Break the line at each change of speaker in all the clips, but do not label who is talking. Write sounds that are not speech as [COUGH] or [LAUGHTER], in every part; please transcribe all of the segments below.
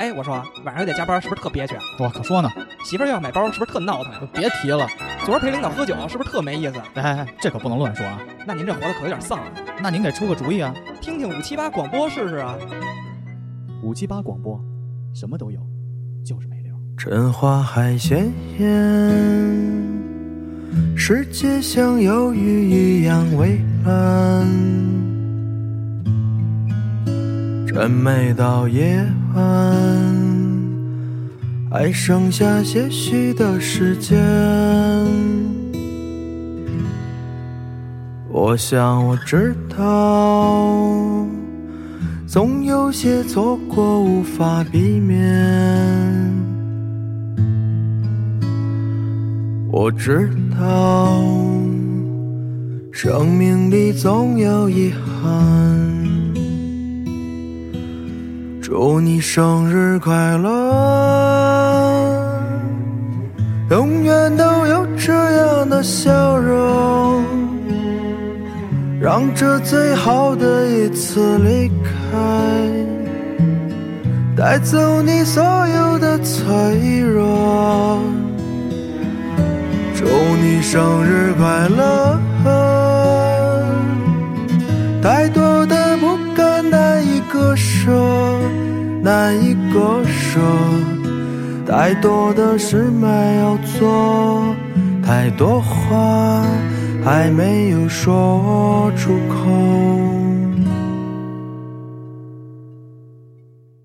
哎，我说晚上又得加班，是不是特憋屈啊？
我可说呢，
媳妇儿又要买包，是不是特闹腾呀？
别提了，
昨儿陪领导喝酒，是不是特没意思？
哎哎，哎这可不能乱说啊。
那您这活的可有点丧啊！
那您给出个主意啊？
听听五七八广播试试啊！
五七八广播，什么都有，就是没溜。
真花海鲜艳，世界像鱿鱼一样围栏，真美到夜晚，还剩下些许的时间。我想我知道，总有些错过无法避免。我知道，生命里总有遗憾。祝你生日快乐，永远都有这样的笑容，让这最好的一次离开，带走你所有的脆弱。祝你生日快乐！太多的不甘难以割舍，难以割舍，太多的事没有做，太多话还没有说出口。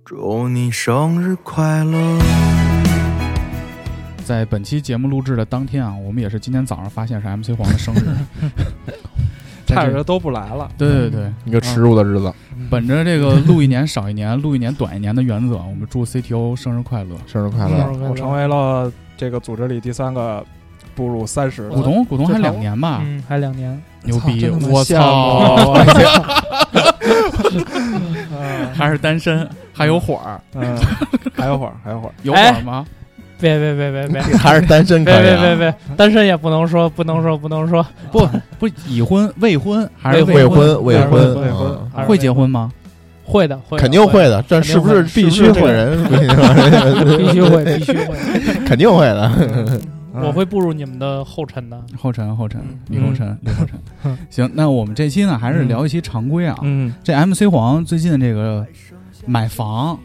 祝你生日快乐！
在本期节目录制的当天啊，我们也是今天早上发现是 MC 黄的生
[LAUGHS]
日，
差点都不来了。
对对对，嗯
一个耻辱的日子，
本着这个录一年少一年、录一年短一年的原则，我们祝 CTO 生日快乐。
生日快
生日
乐！
快乐
我成为了这个组织里第三个步入三十
股
的。
东，股东还
这
两年吧，
嗯，还两年，
牛逼！
真他妈
我
羡
操，
慕 [LAUGHS]
啊
[LAUGHS] 还是单身，还有火儿，
嗯，还有会儿，还有会儿，
有
哎
火儿吗？
别别别别别别
还是单身可以
别别
啊。
别，单身也不能说，不能说，不能说，
不不，已婚、未婚还是
未
未
婚
婚，未
未
婚
嗯
还是
会结婚吗？
会的，会的
肯定会
的，
的，这是不
肯定
是必须
会
会人？不 [LAUGHS] 是
必须会，必须会，
肯定会的。
我会步入你们的后尘的。
后尘，后尘，李
嗯
后尘，李
[LAUGHS]
后尘。行，那我们这期呢，还是聊一期常规啊。
嗯
这 MC 黄最近这个买房、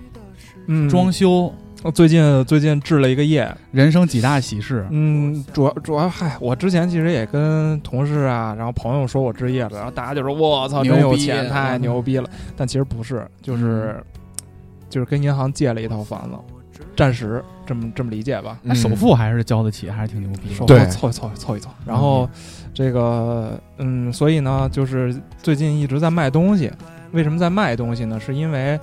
嗯
装修，
我最近最近置了一个业，
人生几大喜事，
嗯，主要主要嗨，我之前其实也跟同事啊，然后朋友说我置业了，然后大家就说我操，
牛
真有
逼
钱，太
嗯
牛逼了。但其实不是，就是就是跟银行借了一套房子，暂时这么这么理解吧。
那首付还是交得起，还是挺牛逼
手
的。
头哦
对
凑一凑，凑一凑。然
嗯
后这个，嗯，所以呢，就是最近一直在卖东西。为什么在卖东西呢？是因为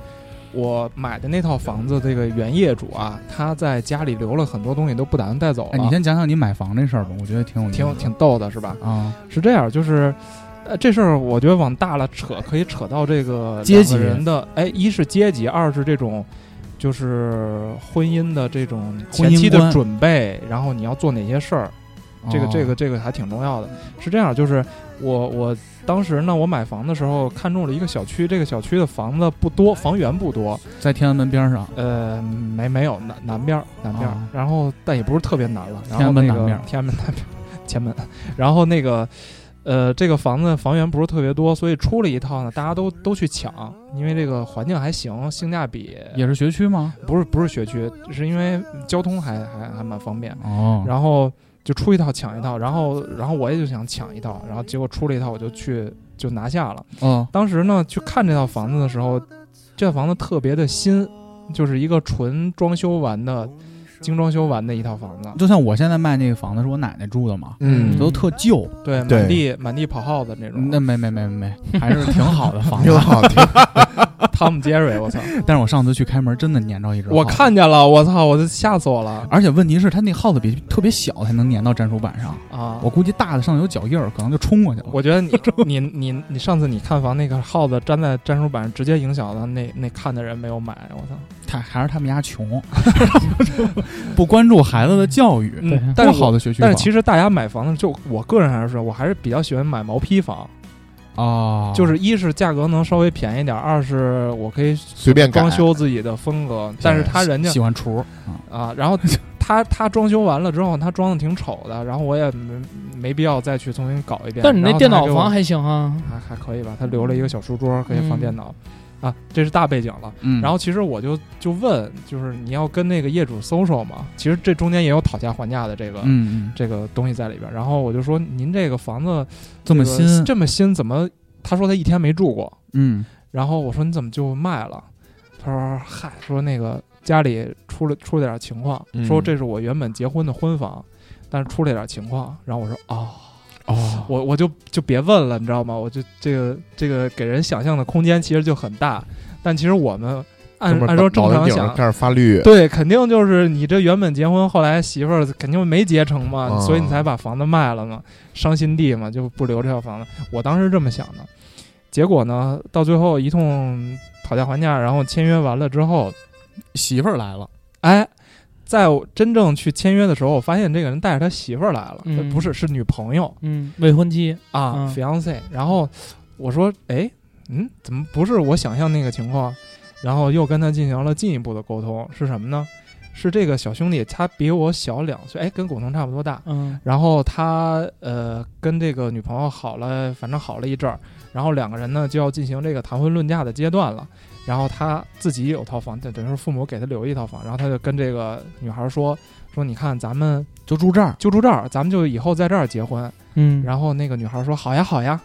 我买的那套房子，这个原业主啊，他在家里留了很多东西，都不打算带走
哎，
了。
你先讲讲你买房这事儿吧，我觉得挺有意思
挺
的。
挺逗的，是吧？
啊，
是这样，就是。呃，这事儿我觉得往大了扯，可以扯到这个
阶级
两个人的，哎，一是阶级，二是这种就是婚姻的这种
婚姻
前期的
观
准备，然后你要做哪些事儿，这个
哦
这个这个还挺重要的。是这样，就是我我当时呢，我买房的时候看中了一个小区，这个小区的房子不多，房源不多，
在天安门边上，
呃，没没有南南边儿南边儿，
啊
然后但也不是特别南了，然
天
后
安门
那
南
个
边儿
天安门南边儿前门，然后那个。呃，这个房子房源不是特别多，所以出了一套呢，大家都都去抢，因为这个环境还行，性价比
也是学区吗？
不是不是学区，是因为交通还还还蛮方便。
哦，
然后就出一套抢一套，然后然后我也就想抢一套，然后结果出了一套我就去就拿下了。
哦，
当时呢去看这套房子的时候，这套房子特别的新，就是一个纯装修完的、精装修完的一套房子，
就像我现在卖那个房子是我奶奶住的嘛，
嗯，
都特旧，
对，
对
满地满地跑耗子那种。 [LAUGHS]
那没没没没，还是挺好的房
挺
子。啊
好听。
汤姆杰瑞，我操！
但是我上次去开门，真的粘着一只。
我，看见了，我操！我都吓死我了
而且问题是它那耗子比特别小，才能粘到战术板上。
啊！
我估计大的上有脚印儿，可能就冲过去了。
我觉得你你 [LAUGHS] 你你上次你看房那个耗子粘在战术板上，直接影响到那那看的人没有买，我操！
他还是他们家穷， [LAUGHS] 不关注孩子的教育，
嗯
不
但是我
好的学区
但
房。
啊
是其实大家买房子，就我个人来说，我还是比较喜欢买毛坯房，
哦，
就是一是价格能稍微便宜点儿，二是我可以
随便改
装修自己的风格。但是他人家
喜欢厨啊，
啊，然后他他装修完了之后，他装的挺丑的，然后我也没没必要再去重新搞一遍。
但是你
然
那
后
电
他
脑
给我
房还行啊，
还还可以吧，他留了一个小书桌可以放
嗯
电脑，啊，这是大背景了。
嗯，
然后其实我就就问，就是你要跟那个业主 social 嘛？其实这中间也有讨价还价的这个、
嗯嗯，
这个东西在里边儿。然后我就说，您这个房子
这么
这个
新，
这么新，怎么？他说他一天没住过。
嗯
然后我说你怎么就卖了？他说嗨，说那个家里出了出了点情况，
嗯
说这是我原本结婚的婚房，但是出了点情况。然后我说哦，
哦，
我我就就别问了，你知道吗？我就这个这个给人想象的空间其实就很大，但其实我们按按照正
脑袋
常
顶上
想，
开始发绿，
对，肯定就是你这原本结婚，后来媳妇儿肯定没结成嘛，
啊
所以你才把房子卖了嘛，伤心地嘛，就不留这套房子。我当时这么想的，结果呢，到最后一通讨价还价，然后签约完了之后，
媳妇儿来了，
哎，在我真正去签约的时候，我发现这个人带着他媳妇儿来了，
嗯
不是是女朋友
嗯，未婚妻，
啊、
嗯
f i a n c e 然后我说，哎，嗯，怎么不是我想象那个情况？然后又跟他进行了进一步的沟通，是什么呢？是这个小兄弟，他比我小两岁，哎，跟古潼差不多大。
嗯
然后他呃跟这个女朋友好了，反正好了一阵儿，然后两个人呢就要进行这个谈婚论嫁的阶段了。然后他自己有套房，等等于是父母给他留一套房，然后他就跟这个女孩说说，你看咱们
就住这儿，
就住这儿，咱们就以后在这儿结婚。
嗯，
然后那个女孩说好呀好呀，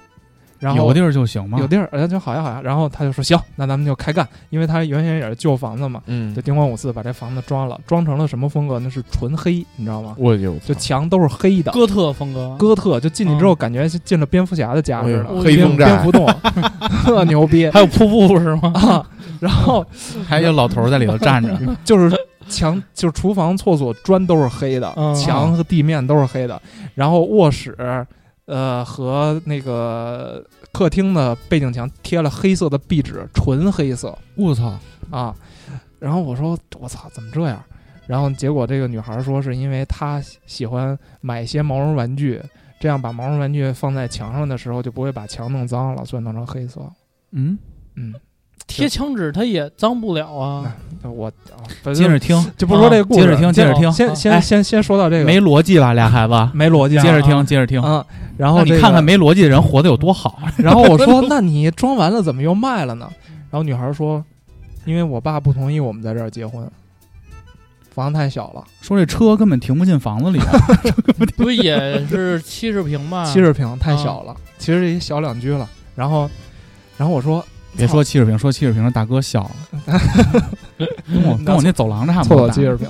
然后
有地儿就行吗？
有地儿，哎然后就好呀好呀，然后他就说行，那咱们就开干，因为他原先也是旧房子嘛，
嗯
就，丁光五四把这房子装了，装成了什么风格呢？是纯黑，你知道吗？
我有
就墙都是黑的，
哥特风格，
哥特，就进去之后
嗯
感觉是进了蝙蝠侠的家似的，
黑
蝙
风寨
蝙蝠洞， [LAUGHS] 特牛逼。
还有瀑布是吗？
啊， [LAUGHS] 然后
还有老头儿在里
[LAUGHS]
头站着，
就是墙，就是厨房、厕所砖都是黑的，
嗯
墙和地面都是黑的，然后卧室，呃，和那个客厅的背景墙贴了黑色的壁纸，纯黑色
我操，
啊。然后我说我操，怎么这样？然后结果这个女孩说是因为她喜欢买一些毛绒玩具，这样把毛绒玩具放在墙上的时候就不会把墙弄脏了，所以弄成黑色。
嗯，
嗯，
贴墙纸它也脏不了啊。
我啊反
接
正
着听，
就不说这个故
接着
事了，
听，接着听，
先先
哎
先先说到这个
没逻辑吧，俩孩子，
[LAUGHS] 没逻辑啊，
接着听，接着听。
啊。然
那
后
你
这个
看
[LAUGHS]
看，没逻辑的人活得有多好，啊
然后我说，那你装完了怎么又卖了呢？然后女孩说，因为我爸不同意我们在这儿结婚，房子太小了，
[LAUGHS] 说这车根本停不进房子里啊，
[LAUGHS] 不也是七十平
啊
吧？
[LAUGHS] 七十平太小了，其实也小两居了。然后，然后我说，
别说七十平，说七十平的大哥笑了，
[LAUGHS]
跟我跟我那走廊差不
凑
多
到
大 [LAUGHS]
七十平，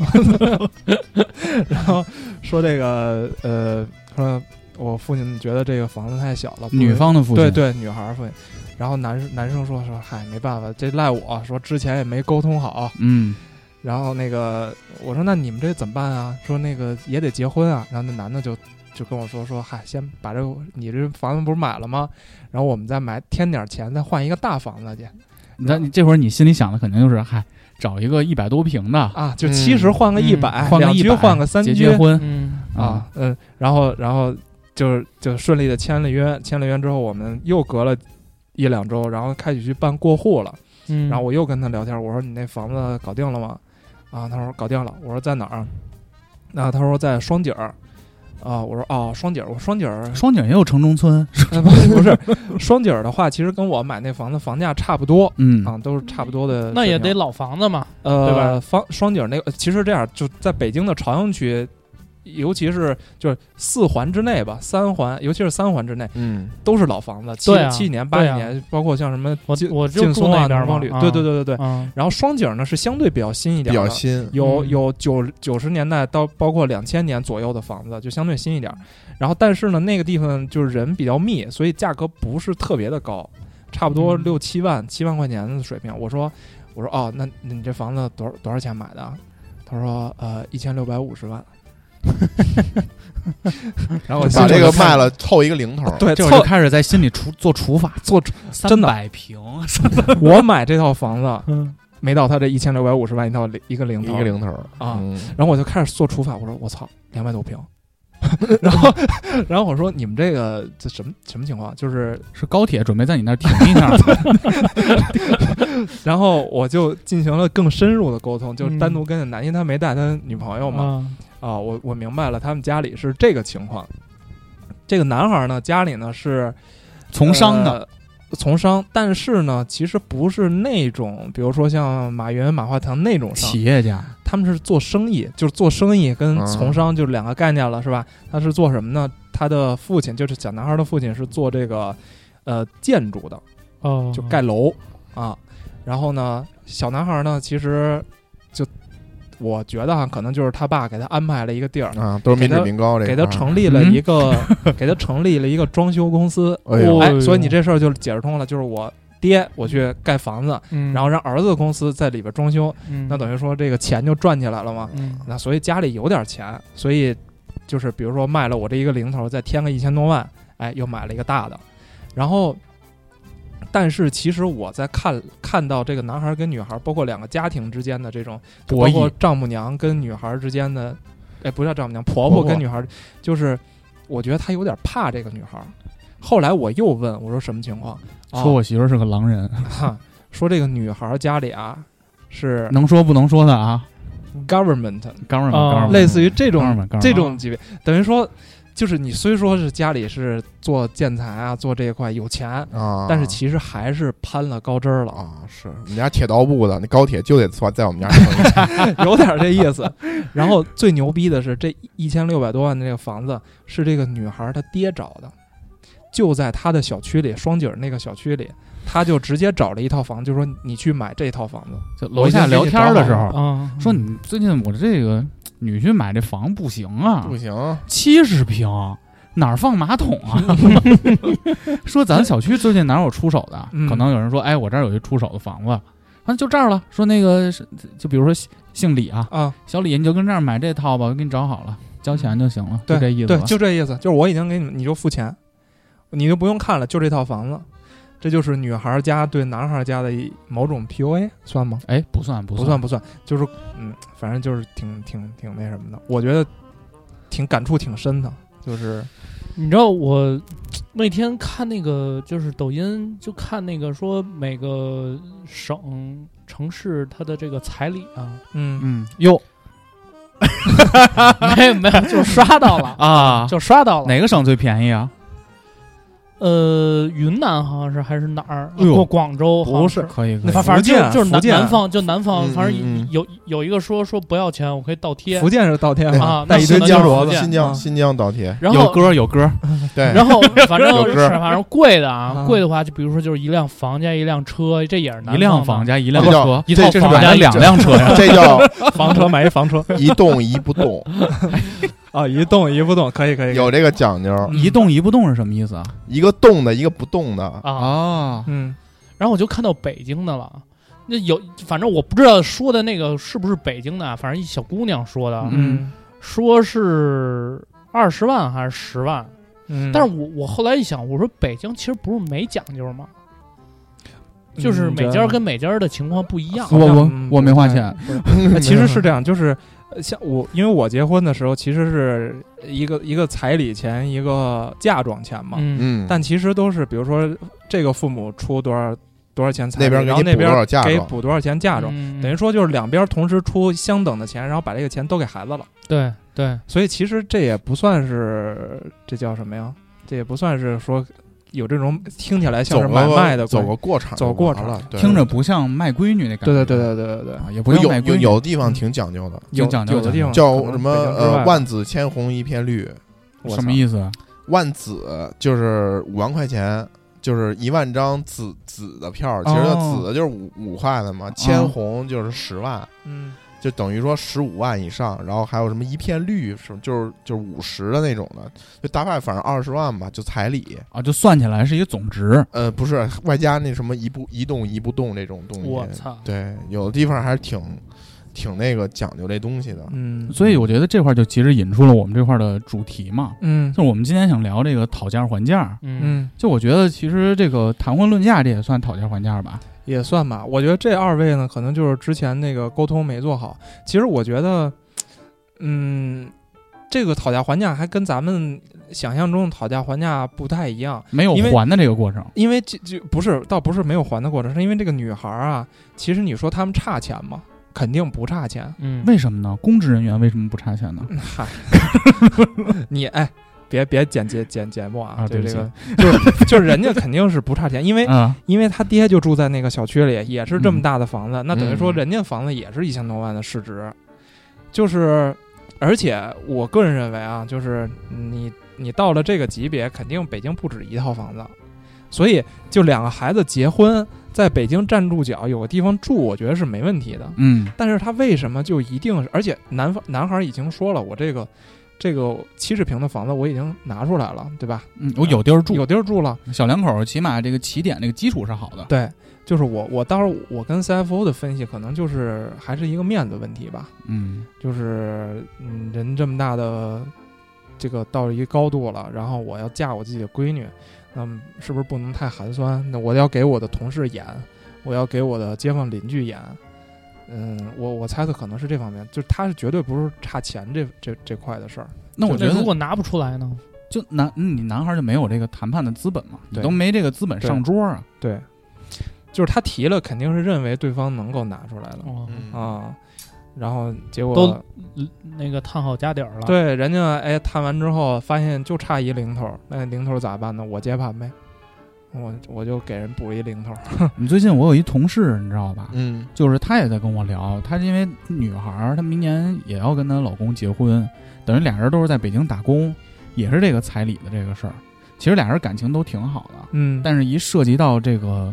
然后说这个呃，说我父亲觉得这个房子太小了，不
女方的父亲，
对，对，女孩儿会。然后男生男生说说，嗨，没办法，这赖我说之前也没沟通好。
嗯，
然后那个我说那你们这怎么办啊？说那个也得结婚啊。然后那男的就就跟我说说，嗨，先把这你这房子不是买了吗？然后我们再买添点儿钱，再换一个大房子去
那
嗯
你这会儿你心里想的肯定就是，嗨，找一个一百多平的，
啊，就
嗯
七十换个一
嗯
百、
换个
哎两
一
居
百，
换个三
结
居
结婚，
嗯，
啊，，嗯，然后然后就是就顺利的签了约，签了约之后，我们又隔了一两周，然后开始去办过户了。
嗯，
然后我又跟他聊天，我说你那房子搞定了吗？啊，他说搞定了。我说在哪儿？那、他说在双井儿。啊，我说哦，双井儿，我说双井儿
双井也有城中村，
呃不是不是，双井儿的话，其实跟我买那房子房价差不多。
嗯，
啊，都是差不多的水平。
嗯那也得老房子嘛，
呃，
对吧
方双井儿那个，其实这样就在北京的朝阳区，尤其是就是四环之内吧，三环，尤其是三环之内，
嗯，
都是老房子，七
对啊
七几年、八几
对啊
年，包括像什么
我
劲
我就
劲
住
松
那
啊、
边儿
南方
嘛
旅，
啊
对对对对对。
嗯，
然后双井呢是相对比较新一
比
点的，
较新，
有
嗯
有九九十年代到包括两千年左右的房子，就相对新一点儿。
嗯
然后但是呢，那个地方就是人比较密，所以价格不是特别的高，差不多
嗯
六七万七万块钱的水平。我说我说哦，那那你这房子多少多少钱买的啊？他说呃一千六百五十万。 [LAUGHS] 然后我
把
心里
这
就
个
看
卖了凑一个零头，
对
这会儿就
凑
开始在心里除做除法，
做
三
的
百平，
我买这套房子
[LAUGHS] 嗯
没到他这一千六百五十万一套零一个零
一
头
个零头
啊
嗯
然后我就开始做除法，我说我操，两百多平， [LAUGHS] 然后， [LAUGHS] 然后我说你们这个这什么什么情况？就是
是高铁准备在你那儿停一
[LAUGHS]
下，
然后我就进行了更深入的沟通，就是
嗯
单独跟那男，因为他没带他女朋友
嗯
嘛。
啊，
啊，我我明白了，他们家里是这个情况。这个男孩呢，家里呢是
从商的，
呃从商，但是呢，其实不是那种，比如说像马云、马化腾那种
[LAUGHS]
商，
企业家，
他们是做生意，就是做生意跟
啊
从商就是两个概念了，是吧？他是做什么呢？他的父亲就是小男孩的父亲是做这个呃建筑的，
哦，
就盖楼啊。然后呢，小男孩呢，其实就我觉得哈、啊可能就是他爸给他安排了一个地儿，
啊，都是民脂民膏这个
给
啊，
他成立
嗯
了一个， [LAUGHS] 给他成立了一个装修公司。
哎呦
哦
哎，所以你这事儿就解释通了，就是我爹我去盖房子，
嗯，
然后让儿子的公司在里边装修，
嗯
那等于说这个钱就赚起来了嘛。
嗯
那所以家里有点钱，所以就是比如说卖了我这一个零头，再添个一千多万，哎，又买了一个大的。然后，但是其实我在看看到这个男孩跟女孩，包括两个家庭之间的这种，就
博
包
弈
括丈母娘跟女孩之间的，哎，不叫丈母娘，婆
婆
婆
婆
跟女孩，就是我觉得他有点怕这个女孩。后来我又问我说什么情况，啊
说我媳妇儿是个狼人，
哈说这个女孩家里啊是
能说不能说的啊，
government
刚儿
哦
刚
类似于这种
刚儿刚
这种级别，等于说，就是你虽说是家里是做建材啊，做这一块有钱，
啊，
但是其实还是攀了高枝儿
[LAUGHS]
了，
啊，是我们家铁道部的，那高铁就得在在我们家成立
有点这意思。然后最牛逼的是，这一千六百多万的这个房子是这个女孩儿她爹找的，就在她的小区里，双井儿那个小区里，她就直接找了一套房，就说你去买这套房子。
就楼下聊天儿的时候，
啊，
说你最近我这个女婿买这房不行啊，
不行，
七十平，哪儿放马桶啊？说咱小区最近哪有出手的？
嗯
可能有人说，哎，我这儿有一出手的房子，啊，就这儿了。说那个是，就比如说姓姓李啊，
啊，
小李，你就跟这儿买这套吧，我给你找好了，交钱就行了，
对，
就这意思
对，
吧。
就这意思，就是我已经给你们，你就付钱，你就不用看了，就这套房子。这就是女孩儿家对男孩儿家的一某种 PUA，算吗？
哎，不算不
不算不算，就是嗯，反正就是挺挺挺那什么的，我觉得挺感触挺深的，就是
你知道我那天看那个就是抖音，就看那个说每个省城市它的这个彩礼
[LAUGHS]
啊，
嗯
嗯，哟
没有没有，就刷到
[LAUGHS]
了，
啊，
就刷到了。
哪个省最便宜啊？
呃，云南好像是还是哪儿？
哎呦
广广州好像是。
可以可
那
以，
反反正
福建
就就是
福
南
建
南方，就南方，
嗯嗯
反正
嗯
有有一个说说不要钱，我可以倒贴
福。建是倒贴
[LAUGHS] 啊
带一堆
那
金
行
镯
那
子，
行
新疆新疆倒贴，
然
有
后
歌有歌，
对，
然后反正
哎有
是
歌
反正贵的啊
啊，
贵的话就比如说就是一辆房加一辆车，这也是南
一辆
方
房
的
加一辆
这叫
车，
一
这
套
这是
房
买
加
了
一
两辆车呀。
[LAUGHS] 这叫
房车买一房车
[LAUGHS] 一动一
[LAUGHS]
不动，
啊，一动一不动，可以可以，可以
有这个讲究，
一动一不动是什么意思啊？
一个动的，一个不动的，
啊，
啊，
嗯
然后我就看到北京的了。那有，反正我不知道说的那个是不是北京的啊，反正一小姑娘说的，啊
嗯
说是二十万还是十万。
嗯，
但是我我后来一想，我说北京其实不是没讲究嘛，
嗯
就是每
觉
家
得
跟每家的情况不一样。
我我
嗯
我没花
不太
钱，
嗯
哎其实是这样，就是呃像我，因为我结婚的时候其实是一个一个彩礼钱，一个嫁妆钱嘛，
嗯，
嗯，
但其实都是比如说这个父母出多少多少钱彩礼，
那边
然后那
给你补多
边
少嫁
给
妆，
补多少钱嫁妆，
嗯
等于说就是两边同时出相等的钱，然后把这个钱都给孩子了，
对对，
所以其实这也不算是这叫什么呀？这也不算是说有这种听起来像
走
是
个
买卖的
走
关
个过场就
走过
完
场
了，对
听着不像卖闺女那感觉。
对对对对对对对，
啊，也不
有
像卖
有
闺女。
有的地方挺讲究的，
有
挺讲究
有的地方
叫
嗯可能
什么
北京之外
呃万紫千红一片绿，
我
什么
操
意思？啊
万紫就是五万块钱，就是一万张紫紫的票儿，其实
哦
紫的就是五五块的嘛，千红就是十万，
嗯
就等于说十五万以上，然后还有什么一片绿什么，就是就是五十的那种的，就大概反正二十万吧，就彩礼，
啊，就算起来是一个总值。
呃，不是外加那什么一不一动一不动这种东西，
我操，
对，有的地方还是挺挺那个讲究这东西的，
嗯
所以我觉得这块就其实引出了我们这块的主题嘛，
嗯
就是我们今天想聊这个讨价还价。
嗯
嗯，
就我觉得其实这个谈婚论嫁这也算讨价还价吧。
也算吧。我觉得这二位呢，可能就是之前那个沟通没做好。其实我觉得，嗯，这个讨价还价还跟咱们想象中的讨价还价不太一样，
没有
因为
还的这个过程。
因为这这不是倒不是没有还的过程，是因为这个女孩儿啊，其实你说他们差钱吗？肯定不差钱。
嗯，
为什么呢？公职人员为什么不差钱呢？
嗨， [LAUGHS] 你哎，别别剪节剪节目啊！
啊
对
对
这
不
个，就是 [LAUGHS] 就是人家肯定是不差钱，因为
嗯，
因为他爹就住在那个小区里，也是这么大的房子，那等于说
嗯
人家房子也是一千多万的市值，就是，而且我个人认为啊，就是你你到了这个级别，肯定北京不止一套房子，所以就两个孩子结婚，在北京站住脚，有个地方住，我觉得是没问题的。
嗯，
但是他为什么就一定是？而且男方男孩已经说了，我这个这个七十平的房子我已经拿出来了，对吧？
嗯，我有地儿住
有，地儿住了。
小两口起码这个起点这个基础是好的。
对，就是我我当时我跟 CFO 的分析，可能就是还是一个面子问题吧。
嗯
就是嗯，人这么大的这个到了一个高度了，然后我要嫁我自己的闺女，那么是不是不能太寒酸？那我要给我的同事演，我要给我的街坊邻居演。嗯，我我猜测可能是这方面，就是他是绝对不是差钱这这这块的事儿。
那我觉
如
得
果拿不出来呢？
就男嗯你男孩就没有这个谈判的资本嘛，你
对
都没这个资本上桌啊。
对，就是他提了，肯定是认为对方能够拿出来的
哦，
嗯
啊、然后结果
都那个烫好家底儿了。，
对，人家哎探完之后发现就差一零头儿，那零头儿咋办呢？我接盘呗，我我就给人补一零头儿。
你最近我有一同事，你知道吧？
嗯
就是她也在跟我聊，她是因为女孩儿，她明年也要跟她老公结婚，等于俩人都是在北京打工，也是这个彩礼的这个事儿。其实俩人感情都挺好的，
嗯
但是一涉及到这个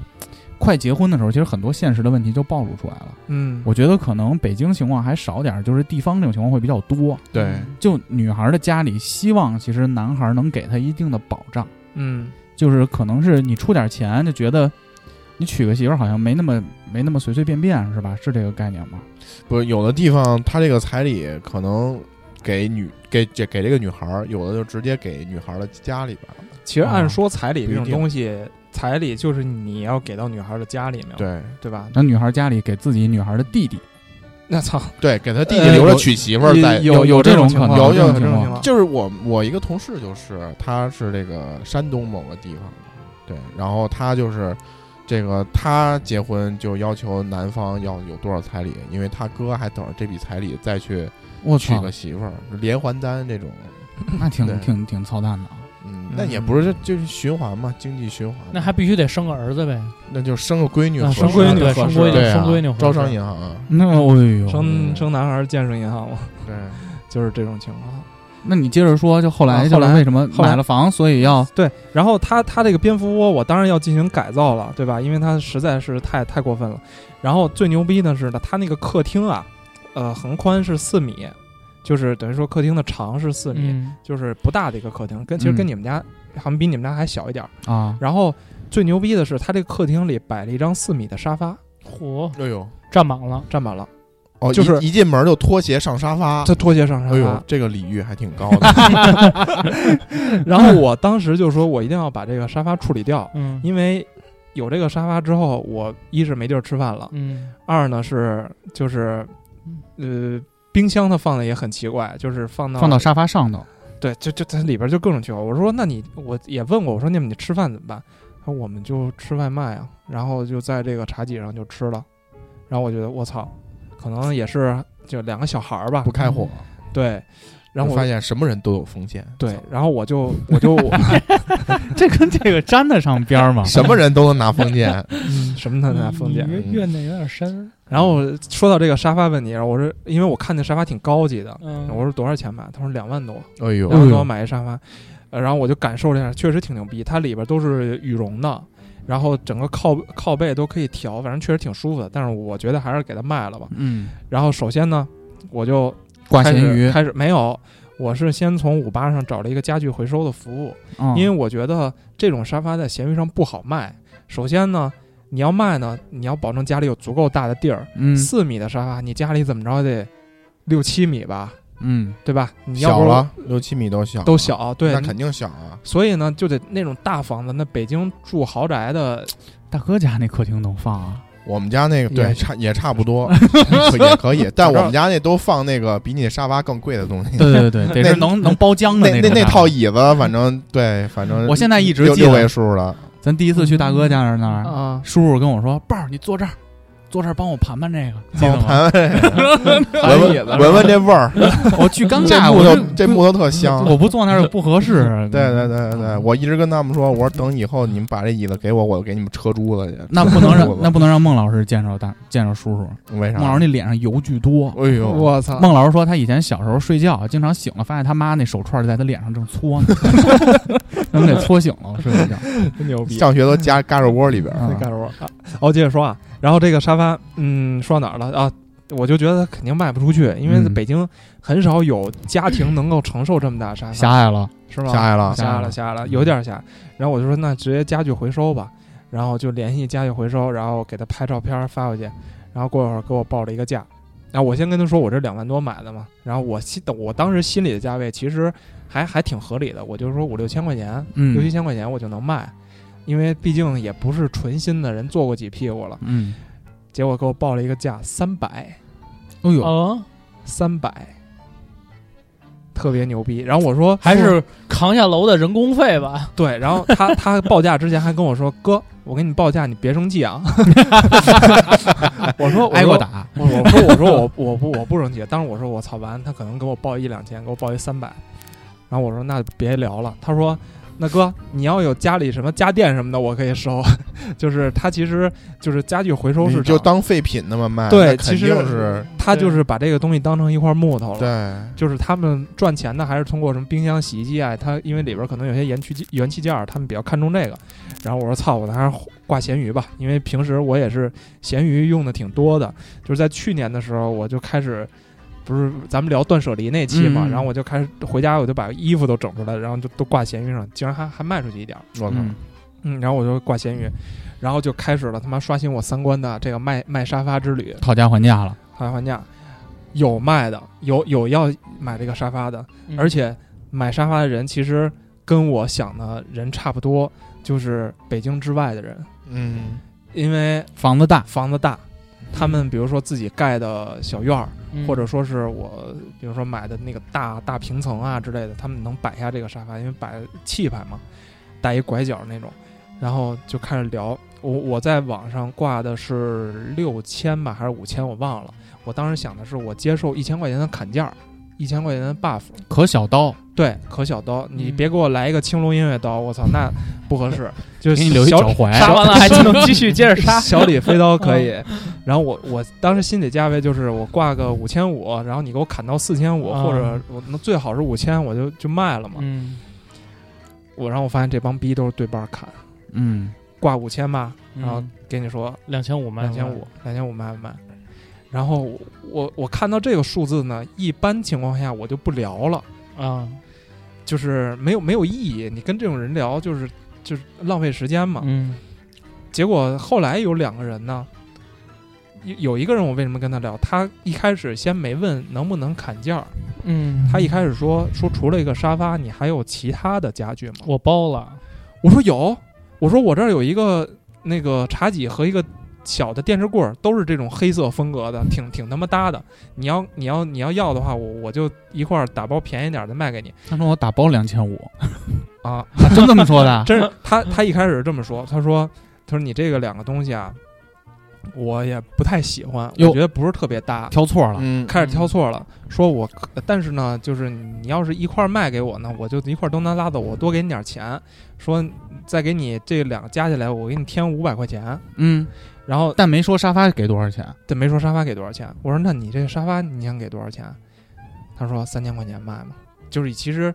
快结婚的时候，其实很多现实的问题就暴露出来了。
嗯，
我觉得可能北京情况还少点儿，就是地方这种情况会比较多。
对，
就女孩儿的家里希望，其实男孩儿能给她一定的保障，
嗯
就是可能是你出点钱就觉得你娶个媳妇儿好像没那么没那么随随便便是吧？是这个概念吗？
不是有的地方他这个彩礼可能给女给给给这个女孩儿，有的就直接给女孩儿的家里边儿了。
其实
啊
按说彩礼
不
这
一
种
定
东西，彩礼就是你要给到女孩儿的家里面，
对
对吧？
那女孩儿家里给自己女孩儿的弟弟，
那操，
对，给他弟弟
呃
留着
有
娶媳妇儿在。
有有这种
情
可
况，
能
有
这种
有
情
这种
况
情，
就是我我一个同事就是，他是这个山东某个地方的，对，然后他就是这个他结婚就要求男方要有多少彩礼，因为他哥还等着这笔彩礼再去
我
娶
操
个，媳妇儿，连环单这种，
那挺
对
挺挺操蛋的啊！
嗯，那也不是就是循环嘛，经济循环，
那还必须得生个儿子呗，
那就生个闺女
啊
合适，
生闺女
对
生
合
闺
适
女
对
生闺女
啊
合，适
招商银行啊，
[LAUGHS] 那哎呦，
生
嗯
生男孩儿建设银行嘛，
对，
[LAUGHS] 就是这种情况。
那你接着说，就后
啊
来
后
就是
来
为什么
后来
买了房，所以要
对，然后他他这个蝙蝠窝，我当然要进行改造了，对吧？因为它实在是太太过分了。然后最牛逼的是呢，它那个客厅啊，呃，横宽是四米，就是等于说客厅的长是四米，
嗯，
就是不大的一个客厅，跟其实跟
嗯
你们家、好像比你们家还小一点儿。
[LAUGHS] 啊？
然后最牛逼的是，它这个客厅里摆了一张四米的沙发，
嚯，
哎呦，
占满了。
占满了，
哦，
就是
一一进门就脱鞋上沙发，
这拖鞋上沙
哎呦
啊
发，。
这个礼遇还挺高的，
[LAUGHS]
然后我当时就说，我一定要把这个沙发处理掉，
嗯
因为有这个沙发之后，我一是没地儿吃饭了。
嗯，
二呢是就是，呃，冰箱它放的也很奇怪，就是放到
放到沙发上头，
对，就就它里边就各种情况。我说那你我也问过，我说那么你吃饭怎么办？他说我们就吃外卖啊，然后就在这个茶几上就吃了。然后我觉得我操，可能也是就两个小孩儿吧
不，开火，
对。然后
发
我
现什么人都有风险，
对，然后我就我就
[LAUGHS] 这跟这个沾得上边儿吗
什么人都能拿
[LAUGHS]
封建，
嗯什么他那封建。
嗯
怨的有点深。
然后说到这个沙发问题，然后我说因为我看那沙发挺高级的，
嗯，
我说多少钱买？他说两万多。
哎呦
然，后给我买一沙发，呃，然后我就感受了一下，确实挺牛逼，它里边都是羽绒的，然后整个靠靠背都可以调，反正确实挺舒服的。但是我觉得还是给它卖了吧。
嗯，
然后首先呢，我就
挂
开
咸
始
鱼，
开始没有，我是先从五八上找了一个家具回收的服务，
嗯
因为我觉得这种沙发在闲鱼上不好卖。首先呢，你要卖呢，你要保证家里有足够大的地儿，
嗯
四、米的沙发，你家里怎么着也得六七米吧，
嗯
对吧？你要
小
不
了六七米都小，
都，小，对，
那肯定小啊，
所以呢，就得那种大房子。那北京住豪宅的，
大哥家那客厅能放啊？
我们家那个对
也
差也差不
[LAUGHS]
多，可也可以，但我们家那都放那个比你沙发更贵的东西。
对对 [LAUGHS] 对，得是能能包浆的
那
那
那
种
套椅子，反正对，反正
我现在一直
六
记
六位
得，
数了。
咱第一次去大哥家那儿，
啊，
叔叔跟我说：“豹儿，你坐这儿，坐这儿帮我盘盘这个，记得吗
盘
[LAUGHS]
搬
哎闻
椅
闻
子
闻闻这味儿，？”
我巨尴
这
尬，
木
我
头
就
这木头特香。
我不坐那儿就不合适。
[LAUGHS] 对对对对对，我一直跟他们说，我说等以后你们把这椅子给我，我给你们车珠子去。
那不能让那
不
不能让孟老师见着大见着叔叔，
为啥？
孟老师那脸上油巨多。
哎呦，
[LAUGHS]
我操，
孟老师说，他以前小时候睡觉，经常醒了，发现他妈那手串就在他脸上正搓
[LAUGHS]
呢，能给搓醒了，睡觉。
真牛逼！
上学都夹嘎着窝里边儿。
啊
那盖着我啊！哦，接着说啊，然后这个沙发，嗯，说到哪儿了啊？我就觉得肯定卖不出去，因为
嗯
北京很少有家庭能够承受这么大沙
狭
发，
隘了，
是吗？
[LAUGHS] 狭隘
啊
了
狭隘了，狭隘了，有点狭隘。然后我就说，那直接家具回收吧，然后就联系家具回收，然后给他拍照片儿发回去，然后过一会儿给我报了一个价。然后我先跟他说，我这两万多买的嘛，然后我心我当时心里的价位其实还还挺合理的，我就说五六千块钱，六七
嗯
千块钱我就能卖，因为毕竟也不是纯新的人坐过几屁股了。
嗯，
结果给我报了一个价三百，
哎呦，
啊，
三百，特别牛逼。然后我说
还
说
是扛下楼的人工费吧。
对，然后他他报价之前还跟我说哥， [LAUGHS] 我给你报价，你别生气啊。我说
挨过，打，
我说我说我说我 [LAUGHS] 我不我不生气，当时我说我操完，他可能给我报一两千，给我报一三百，然后我说那别聊了，他说。那哥，你要有家里什么家电什么的，我可以收。 [LAUGHS] 就是他其实就是家具回收市
你
场，
就当废品那么卖，
对
那肯
其实
定是
他就是把这个东西当成一块木头了。
对，
就是他们赚钱的还是通过什么冰箱、洗衣机啊，他因为里边可能有些元器件元器件儿，他们比较看重这个。然后我说操，我还是挂闲鱼吧，因为平时我也是闲鱼用的挺多的。就是在去年的时候，我就开始不是咱们聊断舍离那期嘛，
嗯
然后我就开始回家，我就把衣服都整出来，然后就都挂闲鱼上，竟然还还卖出去一点儿。
我
嗯
操，
嗯，然后我就挂闲鱼，然后就开始了他妈刷新我三观的这个卖卖沙发之旅。
讨价还价了。
讨价还价，有卖的，有有要买这个沙发的，
嗯
而且买沙发的人其实跟我想的人差不多，就是北京之外的人，
嗯，
因为
房子大，
房子大，他们比如说自己盖的小院儿，
嗯
或者说是我比如说买的那个大大平层啊之类的，他们能摆下这个沙发，因为摆气派嘛，带一拐角那种，然后就开始聊。我我在网上挂的是六千吧，还是五千，我忘了。我当时想的是，我接受一千块钱的砍价，一千块钱的 buff，
可小刀，
对，可小刀，你
嗯
别给我来一个青龙偃月刀，我操，那不合
[LAUGHS]
适。就
给你留一
小，
脚
杀
踝。
完了还不能继续接着
[LAUGHS]
杀嗯
小李飞刀可以。然后我我当时心理价位就是我挂个五千五，然后你给我砍到四千五，
啊
或者我那最好是五千，我就就卖了嘛。
嗯，
我然后我发现这帮逼都是对半砍，
嗯，
挂五千吧，
嗯
然后给你说
两千五嘛，
两千五，，两千五卖不卖？然后我我我看到这个数字呢，一般情况下我就不聊了，
啊，
就是没有没有意义。你跟这种人聊就是就是浪费时间嘛。
嗯
结果后来有两个人呢，有有一个人我为什么跟他聊？他一开始先没问能不能砍价儿，
嗯，
他一开始说说除了一个沙发，你还有其他的家具吗？
我包了，
我说有，我说我这儿有一个那个茶几和一个小的电视柜儿，都是这种黑色风
[LAUGHS]
格的，挺挺他妈搭的。你要你要你要要的话，我我就一块儿打包便宜点儿的卖给你
他说我打包两千
[LAUGHS]
五，
啊。
啊真这么说 [LAUGHS] 的？
真是他他一开始是这么说，他说他说你这个两个东西啊，我也不太喜欢，我
哟
觉得不是特别搭，
挑错了，
嗯，
开始挑错了，说我可但是呢，就是你要是一块儿卖给我呢，我就一块儿都能拉走，我多给你点儿钱，说再给你这两个加起来，我给你添五百块钱。
嗯，
然后
但没说沙发给多少钱。
这没说沙发给多少钱，我说那你这个沙发你想给多少钱？他说三千块钱卖嘛，就是其实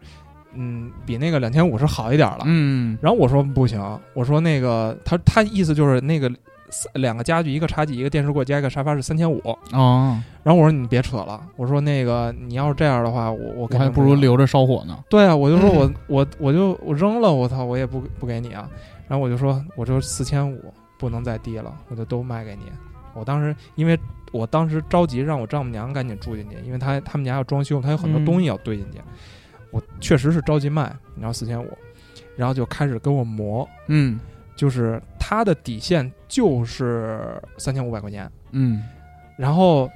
嗯比那个两千五是好一点儿了，
嗯，
然后我说不行，我说那个他他意思就是那个三两个家具，一个茶几，一个电视柜加一个沙发是三千五。
哦，
然后我说你别扯了，我说那个你要是这样的话，我我
我
肯
还
定
不如
要。
留着烧火呢。
对啊，我就说
[LAUGHS]
我、我我就我扔了，我操，我也不不给你啊。然后我就说我就四千五，不能再低了，我就都卖给你。我当时因为我当时着急让我丈母娘赶紧住进去，因为她他们家要装修，她有很多
嗯
东西要堆进去。我确实是着急卖，然后四千五，然后就开始跟我磨，
嗯，
就是他的底线就是三千五百块钱。
嗯
然后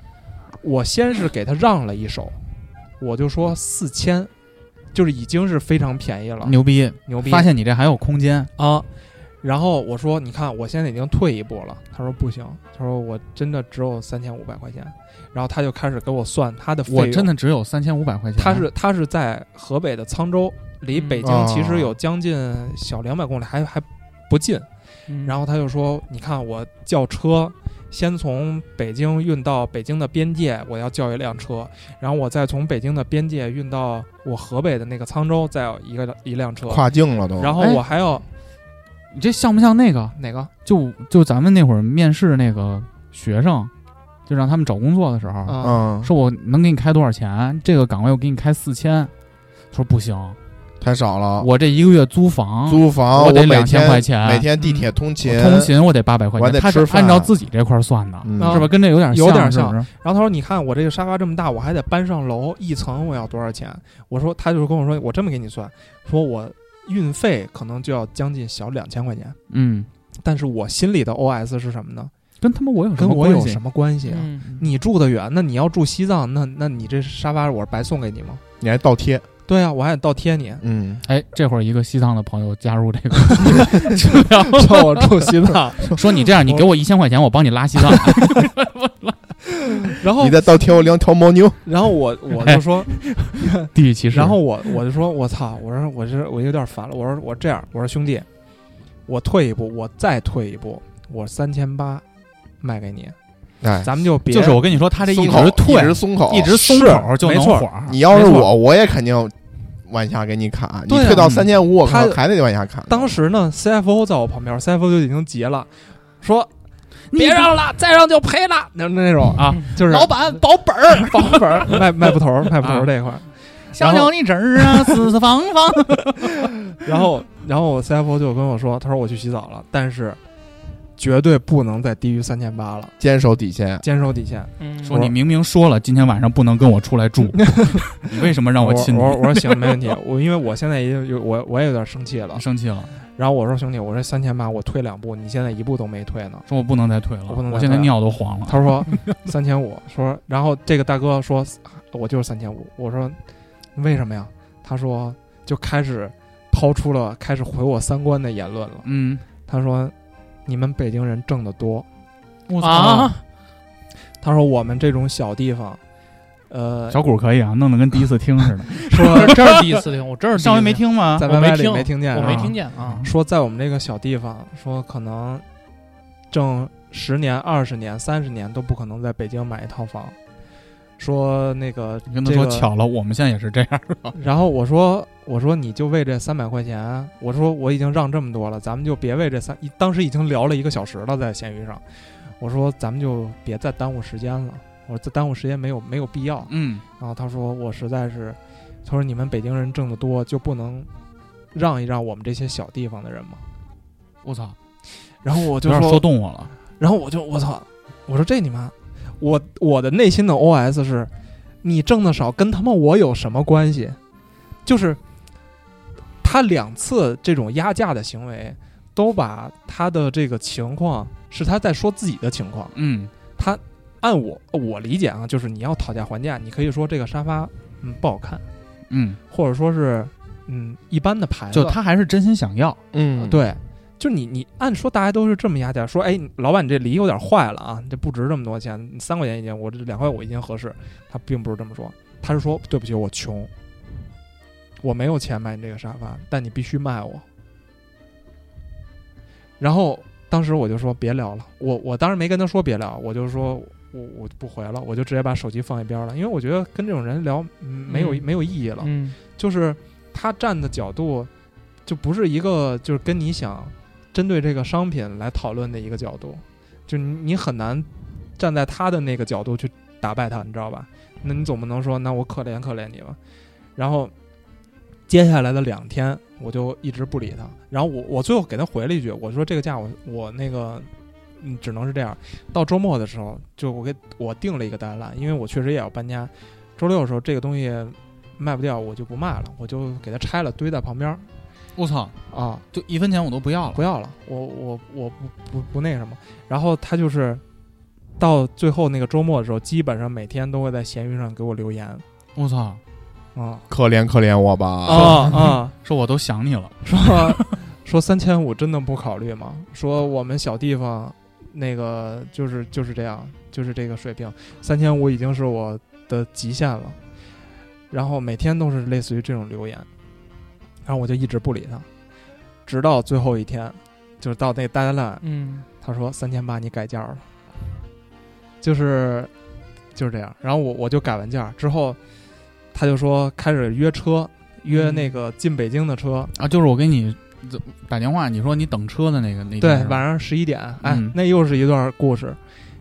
我先是给他让了一手，我就说四千，就是已经是非常便宜了，
牛逼，
牛逼
发现你这还有空间，
啊！然后我说，你看我现在已经退一步了。他说不行，他说我真的只有三千五百块钱。然后他就开始给我算他的费用，
我真的只有三千五百块钱。
他是他是在河北的沧州，离
嗯
北京
啊
其实有将近小两百公里，还还不近。
嗯
然后他就说：“你看，我叫车，先从北京运到北京的边界，我要叫一辆车，然后我再从北京的边界运到我河北的那个沧州，再有一个一辆车。
跨境了都。
然后
哎
我还要
你这像不像那个？
哪个？
就就咱们那会儿面试那个学生，就让他们找工作的时候，
啊
嗯，
说我能给你开多少钱？这个岗位我给你开四千。说不行，
太少了。
我这一个月租房，
租房
我得
每
2000
天
块钱
每天地铁通勤，
我通勤我得八百块
我还
钱，
得
他是
吃饭
按照自己这块儿算的，
嗯，
是吧？跟这有点
有点
像，是不是
然后他说：“你看我这个沙发这么大，我还得搬上楼，一层我要多少钱？”我说：“他就是跟我说，我这么给你算，说我运费可能就要将近小两千块钱。
嗯，
但是我心里的 OS 是什么呢？
跟他妈我有什
跟
么
我
关
有
系
什？么关系啊？
嗯
你住得远，那你要住西藏，那那你这沙发我是白送给你吗？
你还倒贴，。
对啊，我还得倒贴你 [LAUGHS]
嗯，
哎，这会儿一个西藏的朋友加入这个 [LAUGHS] 治疗了，
叫我住西 [LAUGHS] 藏，
说你这样，你给我一千块钱，我帮你拉 [LAUGHS] 西藏。
然后
你再倒贴我两条牦牛，
然后我我就说，
地域歧视。
然后我我就说，我操，我说我这我有点烦了，我说我这样，我说兄弟，我退一步，我再退一步，我三千八卖给你，
哎，
咱们就别
就是我跟你说，他这
松
一
口
直退，哦
一直松口，
一直松口就
没
能
错
缓儿。
你要是
没错
我，我也肯定往下给你砍。你
对啊
退到
嗯
三千五，我可能
他
还得往下砍。
当时呢，CFO 在我旁边，CFO 就已经急了，说
你
别让了，再让就赔了，那那种
啊，
就是
老板保本
[LAUGHS]
儿，
房本儿卖卖不
[LAUGHS]
头儿卖不头
啊
儿这一块儿。
想要你侄儿啊，四四方方。 [LAUGHS]
然后，然后我 CFO 就跟我说，他说我去洗澡了，但是绝对不能再低于三千八了，
坚守底线，
坚守底线。
嗯
说你明明说了今天晚上不能跟我出来 [LAUGHS] 住，你为什么让
我
亲你？
我我
[LAUGHS]
说行，没问题。我因为我现在也有我我也有点生气了
我。生气了，
然后我说兄弟，我这三千八我退两步，你现在一步都没退呢。
说我不能再退了，
我不能再退了
我现在尿都黄了。[LAUGHS]
他说三千五，说然后这个大哥说我就是三千五，我说为什么呀？他说就开始抛出了开始毁我三观的言论了。
嗯，
他说你们北京人挣得多，
我操，
啊，
他说我们这种小地方，呃，
小谷可以啊，弄得跟第一次听 [LAUGHS] 似的。
说真是第一次听，我真是第一次
上回没，听吗
在？
我
YY
没
里
听
没听见，
我没
啊
听见啊。
说在我们这个小地方，说可能挣十年、二十年、三十年都不可能在北京买一套房。说那个，
你跟他说
呃这个
巧了，我们现在也是这样。
哦
然后我说我说你就为这三百块钱，我说我已经让这么多了，咱们就别为这三，当时已经聊了一个小时了，在闲鱼上，我说咱们就别再耽误时间了，我说再耽误时间没有没有必要。
嗯，
然后他说我实在是，他说你们北京人挣得多，就不能让一让我们这些小地方的人吗？
我操，
然后我
有
就
点
说，
说动我了。
然后我就我操，我说这你妈，我我的内心的 OS 是，你挣的少跟他妈我有什么关系？就是他两次这种压价的行为，都把他的这个情况是他在说自己的情况。
嗯，
他按我我理解啊，就是你要讨价还价，你可以说这个沙发嗯不好看，
嗯，
或者说是嗯一般的牌子，
就他还是真心想要。
嗯，
对，就你你按说大家都是这么压价，说哎，老板你这梨有点坏了啊，你这不值这么多钱，你三块钱一斤，我这两块五一斤合适。他并不是这么说，他是说对不起，我穷，我没有钱买你这个沙发，但你必须卖我。然后当时我就说别聊了，我我当时没跟他说别聊，我就说我我不回了，我就直接把手机放一边了，因为我觉得跟这种人聊嗯没有、
嗯
没有意义了。
嗯，
就是他站的角度，就不是一个就是跟你想针对这个商品来讨论的一个角度，就你你很难站在他的那个角度去打败他，你知道吧？那你总不能说那我可怜可怜你吧？然后接下来的两天我就一直不理他，然后我我最后给他回了一句，我说这个价我我那个。嗯，只能是这样。到周末的时候，就我给我定了一个单了，因为我确实也要搬家。周六的时候，这个东西卖不掉，我就不卖了，我就给它拆了，堆在旁边儿。
我操，
啊，
就一分钱我都不要了。
不要了，我我我不不不那什么。然后他就是到最后那个周末的时候，基本上每天都会在闲鱼上给我留言
我操，
啊
可怜可怜我吧！
啊
嗯哦
啊，
说我都想你了。
说 [LAUGHS] 说三千五真的不考虑吗？说我们小地方那个就是就是这样，就是这个水平，三千五已经是我的极限了。然后每天都是类似于这种留言，然后我就一直不理他，直到最后一天，就是到那 deadline，
嗯，
他说三千八你改价了，就是就是这样。然后我我就改完价之后，他就说开始约车，约
嗯
那个进北京的车，
啊，就是我给你打电话，你说你等车的那个那
对
天是，吧
晚上十一点，哎，
嗯
那又是一段故事。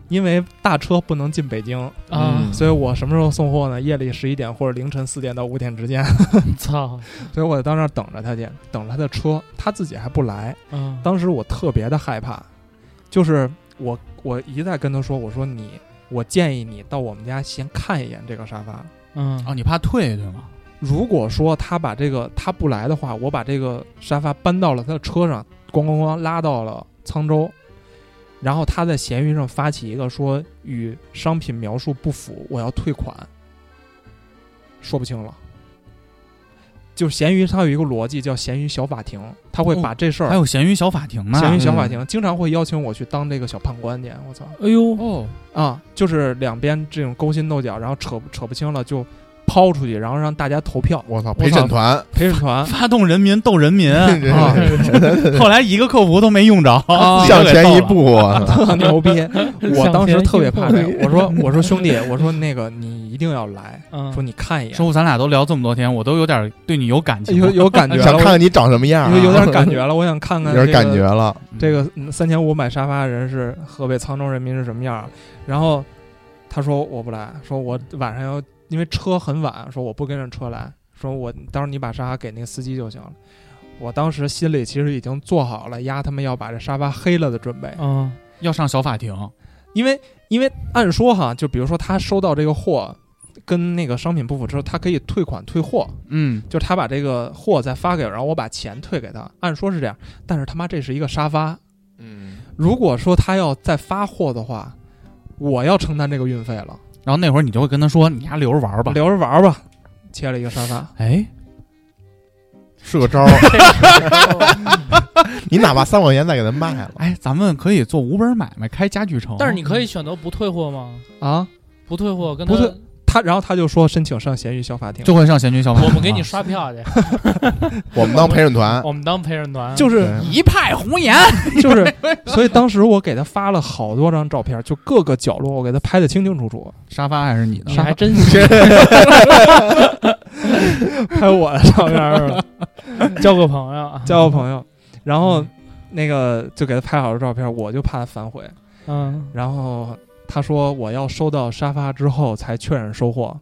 因为大车不能进北京，
嗯
啊，
所以我什么时候送货呢？夜里十一点或者凌晨四点到五点之间， [LAUGHS]
[LAUGHS] 操，
所以我到那儿等着他去，等着他的车，他自己还不来。
嗯，
当时我特别的害怕，就是我我一再跟他说，我说你，我建议你到我们家先看一眼这个沙发。
嗯
啊，你怕退对吗？
如果说他把这个他不来的话，我把这个沙发搬到了他的车上，咣咣咣拉到了沧州，然后他在闲鱼上发起一个说与商品描述不符，我要退款，说不清了。就是闲鱼，它有一个逻辑叫闲鱼小法庭，他会把这事
还
儿，
有闲鱼小法庭呢。
闲鱼小
嗯
法庭经常会邀请我去当这个小判官去，我操
哎呦， [LAUGHS]
哦，
啊，就是两边这种勾心斗角，然后扯不扯不清了就抛出去，然后让大家投票，
我操，陪审团，
陪审团
发动人民斗人民，
啊，
后来一个客服都没用着，
啊
向前一步，啊
[LAUGHS] 特 [LAUGHS] 牛逼！我当时特别怕这
向前一
个，我 [LAUGHS] 说我说兄弟，我说那个你一定要来，
嗯，
说你看一眼，
说咱俩都聊这么多天，我都有点对你有感情了。
有 [LAUGHS] 有感觉
想
了，
看看你长什么样啊，
有有点感觉了，我想看看
[LAUGHS] 有点感觉了。
这个嗯三千五买沙发的人是河北沧州人民是什么样儿。然后他说我不来，说我晚上要因为车很晚，说我不跟着车来，说我到时候你把沙发给那个司机就行了。我当时心里其实已经做好了压他们要把这沙发黑了的准备，
嗯，
要上小法庭，
因为因为按说哈，就比如说他收到这个货跟那个商品不符之后，他可以退款退货，
嗯，
就是他把这个货再发给我，然后我把钱退给他，按说是这样。但是他妈这是一个沙发，
嗯，
如果说他要再发货的话，我要承担这个运费了，
然后那会儿你就会跟他说，你丫留着玩儿吧。
留着玩儿吧。切了一个沙发，
哎，
是个招儿。 [LAUGHS] 你哪怕三块钱再给他卖了，
哎，咱们可以做无本买卖，开家具城。
但是你可以选择不退货吗？
啊，
不退货跟
不
他，
退他然后他就说申请上闲鱼小法庭，
就会上闲鱼小法庭。
我们给你刷票去，
我们当陪审团。
我们当陪审团，
哦就是
对
一派胡言。
就是， [LAUGHS] 所以当时我给他发了好多张照片，就各个角落我给他拍的清清楚楚，
沙发还是你的
你？还真 [LAUGHS] 行，
拍我的照片儿了。
交个朋友啊，
交个朋友，然后那个就给他拍好了照片，我就怕他反悔。
嗯，
然后他说我要收到沙发之后才确认收货，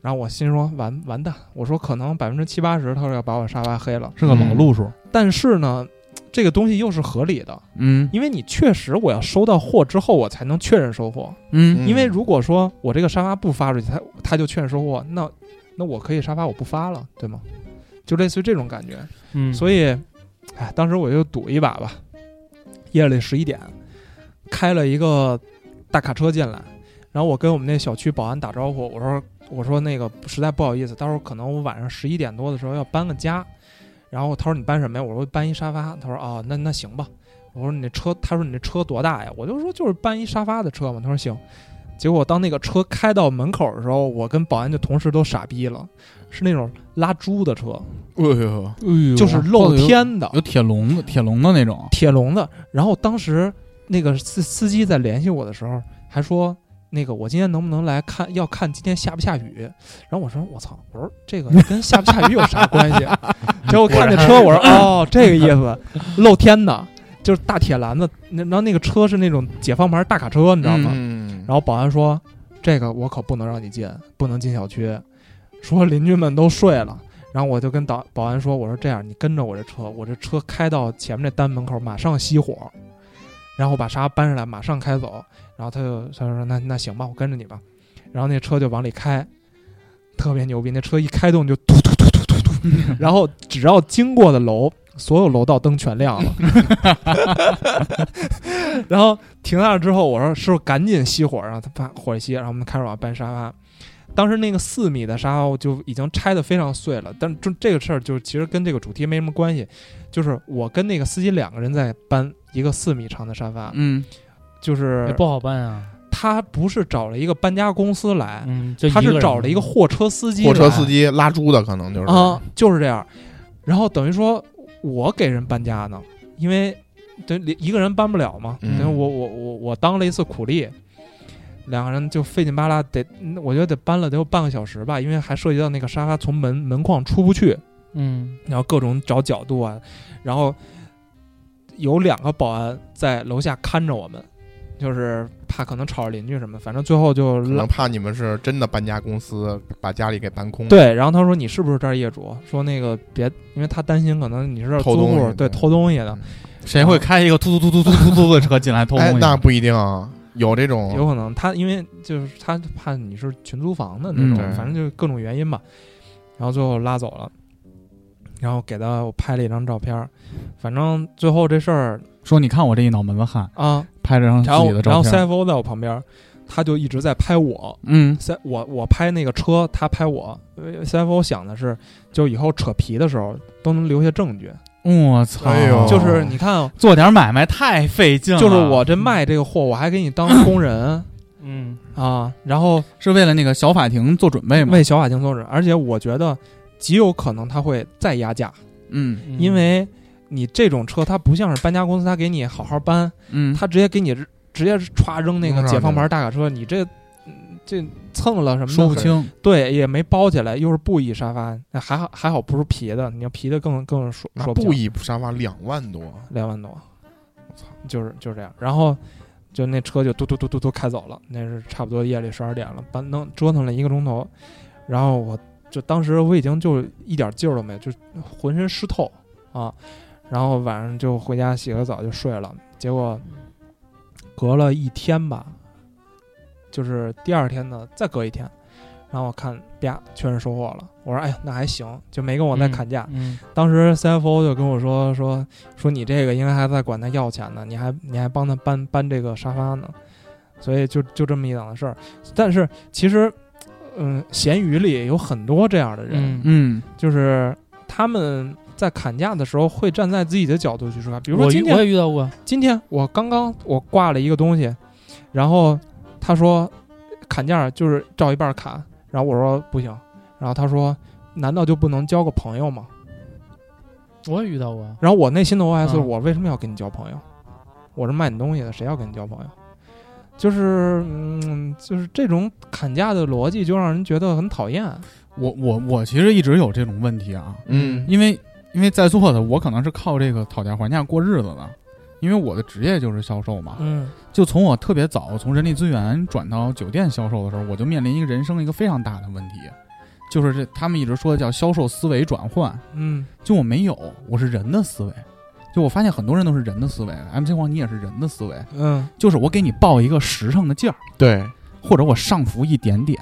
然后我心说完完蛋，我说可能百分之七八十他说要把我沙发黑了，
是个老路数。
但是呢，这个东西又是合理的，
嗯
因为你确实我要收到货之后我才能确认收货，
嗯，
因为如果说我这个沙发不发出去，他他就确认收货，那那我可以沙发我不发了，对吗？就类似于这种感觉。
嗯，
所以，哎，当时我就赌一把吧。夜里十一点，开了一个大卡车进来，然后我跟我们那小区保安打招呼，我说我说那个实在不好意思，到时候可能我晚上十一点多的时候要搬个家，然后他说你搬什么呀？我说搬一沙发。他说哦，那那行吧。我说你那车，他说你那车多大呀？我就说就是搬一沙发的车嘛。他说行。结果当那个车开到门口的时候，我跟保安就同时都傻逼了，是那种拉猪的车，
哎呦，
就是露天的
有铁笼子、铁笼的那种。
铁笼子。然后当时那个司司机在联系我的时候，还说那个我今天能不能来看，要看今天下不下雨。然后我说我操，我说这个跟下不下雨有啥关系？结果看这车，我说哦，这个意思，露天的，就是大铁篮子。那然后那个车是那种解放牌大卡车，你知道吗？
嗯，
然后保安说：“这个我可不能让你进，不能进小区。”说邻居们都睡了，然后我就跟导保安说：“我说这样，你跟着我这车，我这车开到前面这单门口，马上熄火，然后把沙搬上来，马上开走。”然后他就他就说：“那那行吧，我跟着你吧。”然后那车就往里开，特别牛逼，那车一开动就突突突突突突，然后只要经过的楼，所有楼道灯全亮了。然后停下来之后，我说师傅赶紧熄火，然后他把火一熄，然后我们开始往搬沙发。当时那个四米的沙发我就已经拆得非常碎了，但这这个事儿就其实跟这个主题没什么关系，就是我跟那个司机两个人在搬一个四米长的沙发，
嗯，
就是
也不好办啊。
他不是找了一个搬家公司来，
嗯，就
哎他
一
是
人
找了一个货车司机来，
货车司机拉猪的可能就是
啊，就是这样。然后等于说我给人搬家呢，因为等于一个人搬不了嘛，
嗯
等于我我我我当了一次苦力，两个人就费劲巴拉得，嗯我觉得得搬了得有半个小时吧，因为还涉及到那个沙发从门门框出不去，
嗯，
然后各种找角度啊，然后有两个保安在楼下看着我们，就是怕可能吵着邻居什么，反正最后就
可
拉
能怕你们是真的搬家公司把家里给搬
嗯
空，，
对，然后他说你是不是这儿业主？说那个别，因为他担心可能你是这儿
偷
租
东
户
西
对
对
偷东西的，
嗯谁会开一个突突突突突突突的车进来偷东
哎，
西？
那不一定啊，有这种
有可能他因为就是他怕你是群租房的那
嗯
种，
对
反正就是各种原因吧。然后最后拉走了，然后给他我拍了一张照片儿，反正最后这事儿
说你看我这一脑门子汗，
啊，
拍了张
然
嗯自
后
己的
然
照
后
片。
CFO 在我旁边儿，他就一直在拍我。
嗯，
C 我我拍那个车，他拍我。呃 CFO 想的是，就以后扯皮的时候都能留下证据。
我操！
哎呦
就是你看，哦
做点买卖太费劲了，
就是我这卖这个货，我还给你当工人
嗯，
啊，然后
是为了那个小法庭做准备嘛。
为小法庭做准，而且我觉得极有可能他会再压价，
嗯
嗯
因为你这种车它不像是搬家公司，他给你好好搬，
嗯，
他直接给你直接歘扔那个
扔上去
解放牌大卡车，你这嗯这蹭了什么的
说不清。
对，也没包起来，又是布艺沙发，那还好还好不是皮的，你要皮的更更说
那
说不
布
清
艺沙发两万多，
两万多，
我操，
就是就是这样。然后就那车就嘟嘟嘟嘟嘟开走了，那是差不多夜里十二点了，搬弄折腾了一个钟头，然后我就当时我已经就一点劲儿都没有，就浑身湿透啊。然后晚上就回家洗个澡就睡了，结果隔了一天吧，就是第二天呢再隔一天，然后我看啪确认收获了，我说哎呀那还行，就没跟我再砍价，
嗯
当时 CFO 就跟我说说说你这个应该还在管他要钱呢，你还你还帮他搬搬这个沙发呢，所以就就这么一档子事儿。但是其实，嗯、闲鱼里有很多这样的人，
嗯，
嗯，
就是他们在砍价的时候会站在自己的角度去出发。比如说
我
今
遇我
天
也遇到过，
今天我刚刚我挂了一个东西，然后他说砍价就是照一半砍，然后我说不行，然后他说难道就不能交个朋友吗？
我也遇到过，
然后我内心的 OS 是
嗯
我为什么要跟你交朋友？我是卖你东西的，谁要跟你交朋友？就是，嗯，就是这种砍价的逻辑，就让人觉得很讨厌。
我我我其实一直有这种问题啊，
嗯，
因为因为在座的我可能是靠这个讨价还价过日子的，因为我的职业就是销售嘛。
嗯
就从我特别早从人力资源转到酒店销售的时候，我就面临一个人生一个非常大的问题，就是这他们一直说的叫销售思维转换，
嗯
就我没有，我是人的思维。就我发现很多人都是人的思维，MC 黄你也是人的思维，
嗯
就是我给你报一个实诚的价儿，
对，
或者我上浮一点点，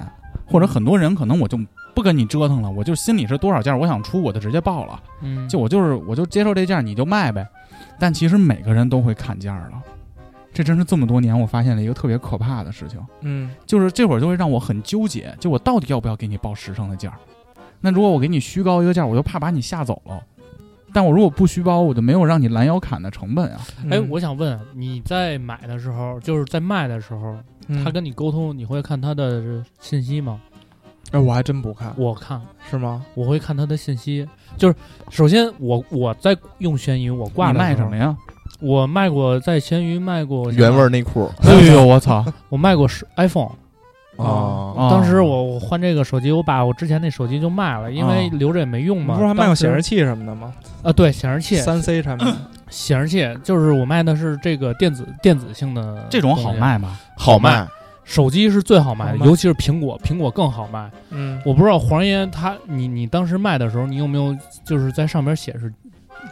或者很多人可能我就不跟你折腾了，我就心里是多少价儿我想出我就直接报了，
嗯，
就我就是我就接受这价儿你就卖呗。但其实每个人都会砍价儿了，这真是这么多年我发现了一个特别可怕的事情。
嗯
就是这会儿就会让我很纠结，就我到底要不要给你报实诚的价儿？那如果我给你虚高一个价儿，我就怕把你吓走了。但我如果不虚高，我就没有让你拦腰砍的成本啊。
嗯
哎，我想问你在买的时候，就是在卖的时候，
嗯
他跟你沟通，你会看他的信息吗？
哎，我还真不看，
我看，
是吗？
我会看他的信息。就是首先我我在用闲鱼，我挂
你
的时
卖
候
什么？呀？
我卖过在闲鱼卖过
原味儿，内裤
哎呦，我操！
我卖过是 iPhone。
哦
[LAUGHS]
啊，
啊
当时我我换这个手机，我把我之前那手机就卖了，因为
啊
留着也没用
哦你
嘛。
不是还卖过
当时
显示器什么的吗？
啊？对，显示器，
三 C 产品。
显示器就是我卖的是这个电子电子性的
这种好
东西，
卖吗？
好
卖
卖，
手机是最好卖
好
的，
卖
尤其是苹果，苹果更好卖。
嗯，
我不知道黄爷他你你当时卖的时候，你有没有就是在上面写是，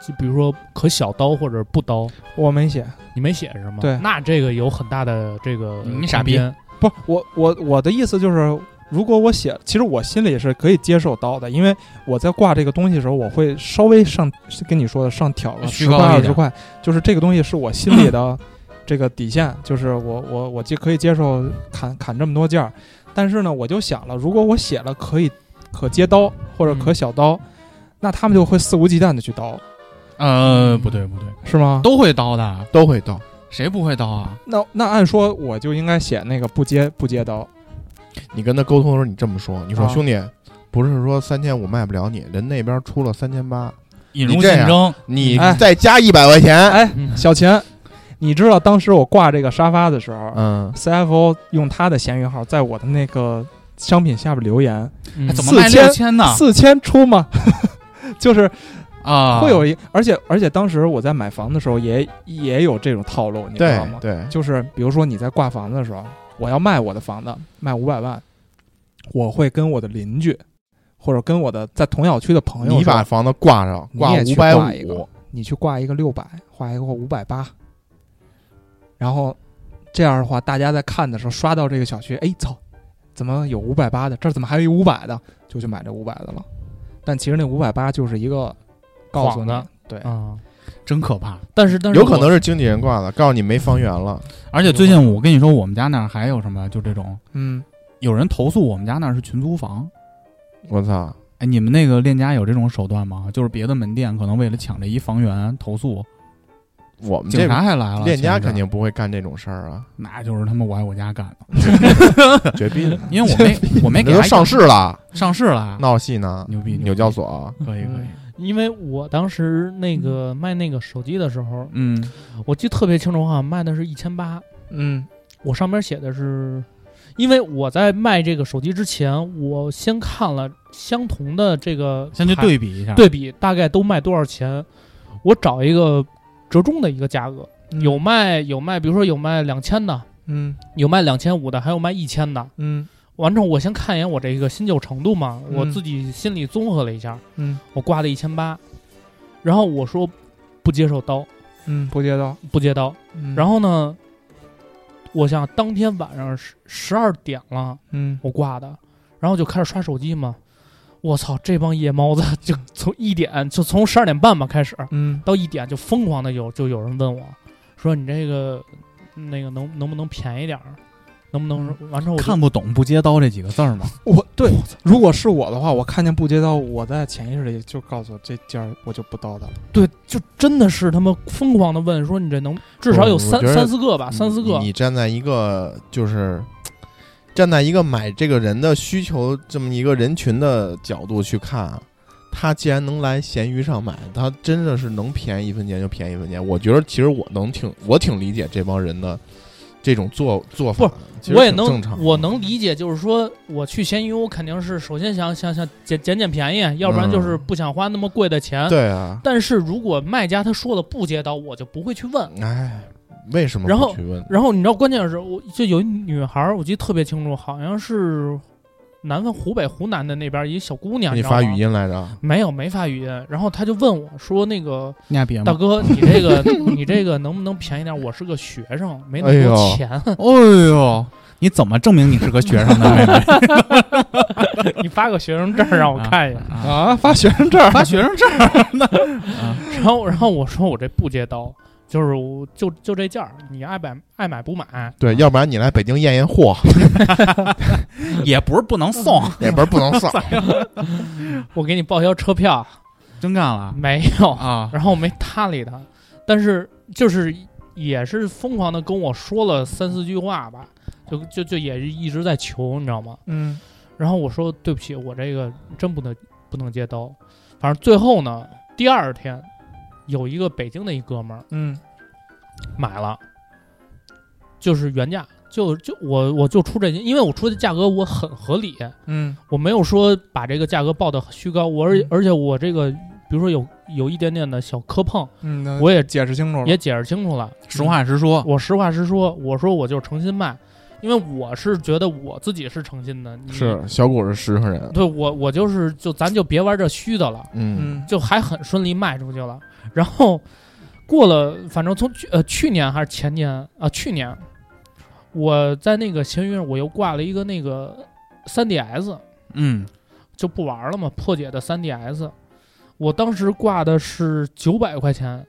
就比如说可小刀或者不刀，
我没写，
你没写是吗？
对
那这个有很大的这个
你傻逼
空间
不是我我我的意思就是，如果我写，其实我心里是可以接受到的，因为我在挂这个东西的时候，我会稍微上跟你说的上挑个
虚
十
高
块
一
二
点
十块，就是这个东西是我心里的这个底线，就是我我我就可以接受砍砍这么多件儿，但是呢，我就想了，如果我写了可以可接刀或者
嗯
可小刀，那他们就会肆无忌惮的去刀，
呃，不对不对，
是吗？
都会刀的，
都会到。
谁不会刀啊？
那那按说我就应该写那个不接不接刀，
你跟他沟通的时候，你这么说，你说、
啊
兄弟，不是说三千五卖不了你，人那边出了三千八，
引入
你这
竞
样
争，
你
哎
再加一百块钱，
哎，
嗯
小钱，你知道当时我挂这个沙发的时候
嗯，
，CFO 用他的闲鱼号在我的那个商品下边留言，
嗯
哎怎么
四
卖
千
六千呢？
四千出吗？ [LAUGHS] 就是
啊，
会有一，而且而且当时我在买房的时候也也有这种套路，你知
对
道吗？
对，
就是比如说你在挂房子的时候，我要卖我的房子，卖五百万，我会跟我的邻居或者跟我的在同小区的朋友说，
你把房子挂上，
你
挂
也
五
去
百
挂一个
五，
你去挂一个六百，挂一个五百八，然后这样的话，大家在看的时候刷到这个小区，哎操，怎么有五百八的？这儿怎么还有一五百的？就去买这五百的了。但其实那五百八就是一个告诉
晃
你
的，
对，
啊？
真可怕。
但是但是
有可
我
能是经纪人挂的，告诉你没房源了，
而且最近我跟你说，我们家那儿还有什么，就这种
嗯，
有人投诉我们家那儿是群租房。
我操，
哎，你们那个链家有这种手段吗？就是别的门店可能为了抢这一房源投诉，
我们
警
嗯这
察还来了。
链
前一阵
家
儿
肯定不会干这种事儿啊，
那就是他妈我爱我家干的，
绝逼
[LAUGHS]
的，
因为我没我没
你
给
都
他一
上市
啊
了，
上市了，
闹戏呢，
牛
嗯
逼
纽交，所，
可以可以，
因为我当时那
嗯
个卖那个手机的时候，
嗯，
我记得特别清楚，好像卖的是一千八，
嗯
我上面写的是，因为我在卖这个手机之前，我先看了相同的这个
先去
牌
对比一下，
对比，大概都卖多少钱，我找一个折中的一个价格，
嗯
有卖有卖，比如说有卖两千的，
嗯
有卖两千五的，还有卖一千的。
嗯
完成我先看一眼我这个新旧程度嘛，
嗯
我自己心里综合了一下，
嗯
我挂的一千八，然后我说不接受刀，
嗯，不接到，
不接刀，
嗯
然后呢，我想当天晚上十十二点了。
嗯
我挂的，然后就开始刷手机嘛。我操，这帮夜猫子就从一点就从十二点半吧开始，
嗯
到一点就疯狂的有就有人问我，说你这个那个能能不能便宜点儿，能不
嗯
能完成我就
看不懂不接刀这几个字儿吗？
我对，如果是我的话，我看见不接到，我在潜意识里就告诉我这件儿我就不叨叨了。
对，就真的是他妈疯狂的问说你这能至少有
我
三
觉得
三四个吧，三四
你
个
你站在一个就是。站在一个买这个人的需求这么一个人群的角度去看，啊他既然能来闲鱼上买，他真的是能便宜一分钱就便宜一分钱。我觉得其实我能挺我挺理解这帮人的这种做做法
不
的，其实
我也
挺
能
正常，的
我能理解，就是说我去闲鱼，我肯定是首先想想想捡捡捡便宜，要不然就是不想花那么贵的钱。
嗯对啊，
但是如果卖家他说了不接刀，我就不会去问。
哎，为什么
然
不
后
去问？
然后你知道，关键是我就有一女孩儿，我记得特别清楚，好像是南方湖北湖南的那边儿一小姑娘，
你
知道吗
发语？音来着？
没有，没发语音。然后她就问我说：“那个
你俩
嗯
别
大
吗？
哥，你这个你这个能不能便宜点？我是个学生，没那
哎
么
呦
多钱， [LAUGHS]
哦呦，你怎么证明你是个学生呢？妹
[LAUGHS]
妹
你发个学生证儿让我看一眼。
啊，
啊，发学生证儿，
发学生证儿呢？啊，”
然后然后我说：“我这不接刀，就是我就就这价儿，你爱买爱买不买。”
对，要不然你来北京验验
[LAUGHS]
货，
[LAUGHS] 也不是不能送，
那边不
[LAUGHS]
能上。
我给你报销车票，
真干
[LAUGHS]
了
没有。
啊！
然后我没搭理他，但是就是也是疯狂的跟我说了三四句话吧，就就就也是一直在求，你知道吗？
嗯
然后我说对不起，我这个真不能不能接刀。反正最后呢，第二天有一个北京的一哥们儿
嗯
买了，就是原价，就就我我就出这，因为我出的价格我很合理，
嗯
我没有说把这个价格报的虚高，我而
嗯
而且我这个比如说有有一点点的小磕碰，
嗯，啊那
我也
解释清楚了，
也解释清楚了。
实话实说，
我实话实说，我说我就是诚心卖，因为我是觉得我自己是诚心的。你
是，小谷是实诚人，
对我我就是就咱就别玩这虚的了，
嗯，
嗯
就还很顺利卖出去了。然后过了，反正从去呃去年还是前年啊、去年，我在那个闲鱼上我又挂了一个那个 3DS
嗯，
就不玩了嘛，破解的 3DS，我当时挂的是九百块钱，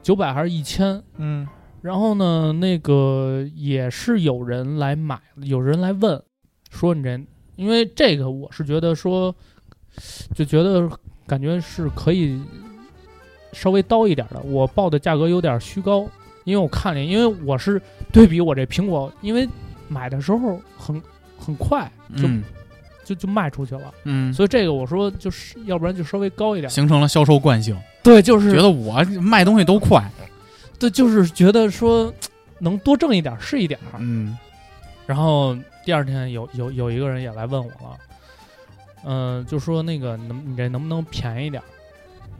九百还是一千？
嗯
然后呢，那个也是有人来买，有人来问，说你这，因为这个我是觉得说，就觉得感觉是可以稍微刀一点的。我报的价格有点虚高，因为我看了，因为我是对比我这苹果，因为买的时候很很快就、
嗯
就就卖出去了，
嗯，
所以这个我说就是要不然就稍微高一点。
形成了销售惯性，
对，就是
觉得我卖东西都快，
对，就是觉得说能多挣一点儿是一点儿。
嗯
然后第二天有有有一个人也来问我了，嗯、就说那个能你这能不能便宜点儿？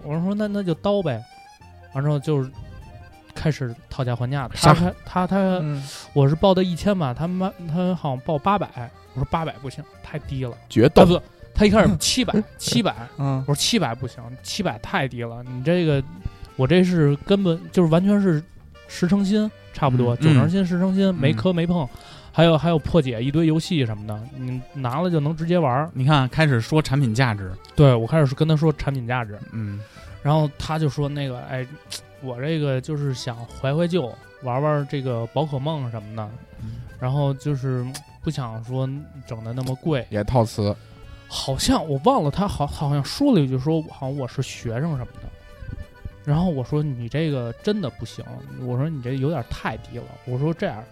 我说那那就刀呗。完之后就是开始讨价还价，
杀
他开他他
嗯，
我是报的一千吧，他妈他好像报八百，我说八百不行，太低了。
决
啊
斗，
不，他一开
嗯
始七百七百，
嗯
我说七百不行，七百太低了，你这个我这是根本就是完全是十成新，差不多
嗯
九成新十成新，没
嗯
磕没碰，还有还有破解一堆游戏什么的，你拿了就能直接玩儿。
你看开始说产品价值，
对我开始是跟他说产品价值，
嗯
然后他就说那个哎，我这个就是想怀怀旧，玩玩这个宝可梦什么的，
嗯
然后就是不想说整的那么贵，
也套词，
好像我忘了他好好像说了一句说好像我是学生什么的，然后我说你这个真的不行，我说你这有点太低了，我说这样，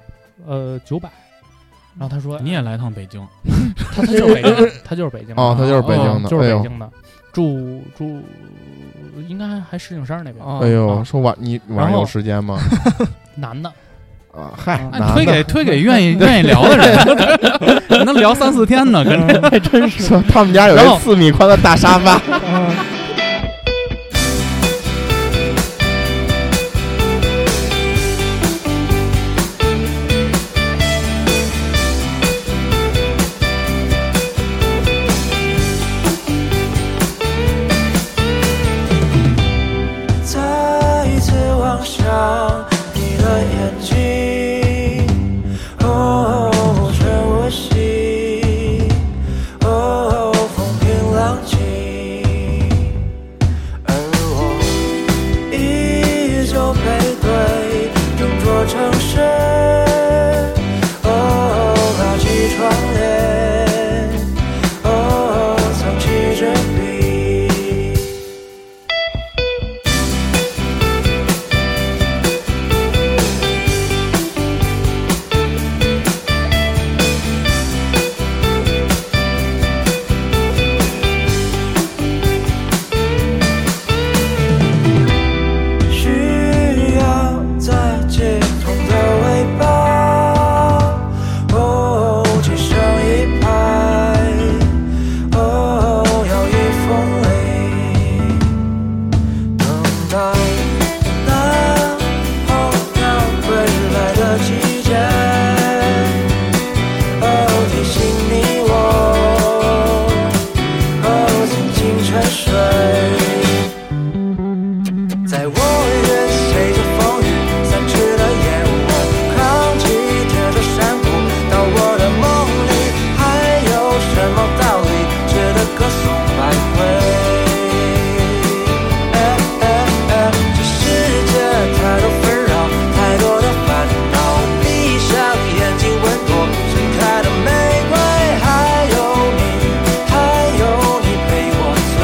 呃九百，然后他说哎
你也来趟北京，
他他就是北
[LAUGHS]
京，他就是北京的
哦他就是北京的
哦就是
哎呦
北京的，住住应该还石景山那边，
哦
哎呦，
啊
说晚你晚上
然后
有时间吗？
男的，
[LAUGHS] 啊，嗨，
啊
男
推
的 [LAUGHS]
给推给愿意愿意聊的人， [LAUGHS] 能聊三四天呢，跟这
说他们家有
然
一
后
四米宽的大沙发，
再一次望向你的眼睛，哦，深呼吸，哦，风平浪静，而我依旧背对整座城市，哦，拉起窗帘，哦，藏起纸笔。需要在街头的尾巴，哦，只剩一拍，哦，摇曳风里等待那候鸟归来的季节，哦，提醒你我，哦，静静沉睡。在五月，随着风雨散去的夜晚，扛起铁着山谷，到我的梦里，还有什么道理值得歌颂百回？哎哎哎，这世界太多纷扰，太多的烦恼，闭上眼睛闻朵盛开的玫瑰，还有你，还有你陪我醉。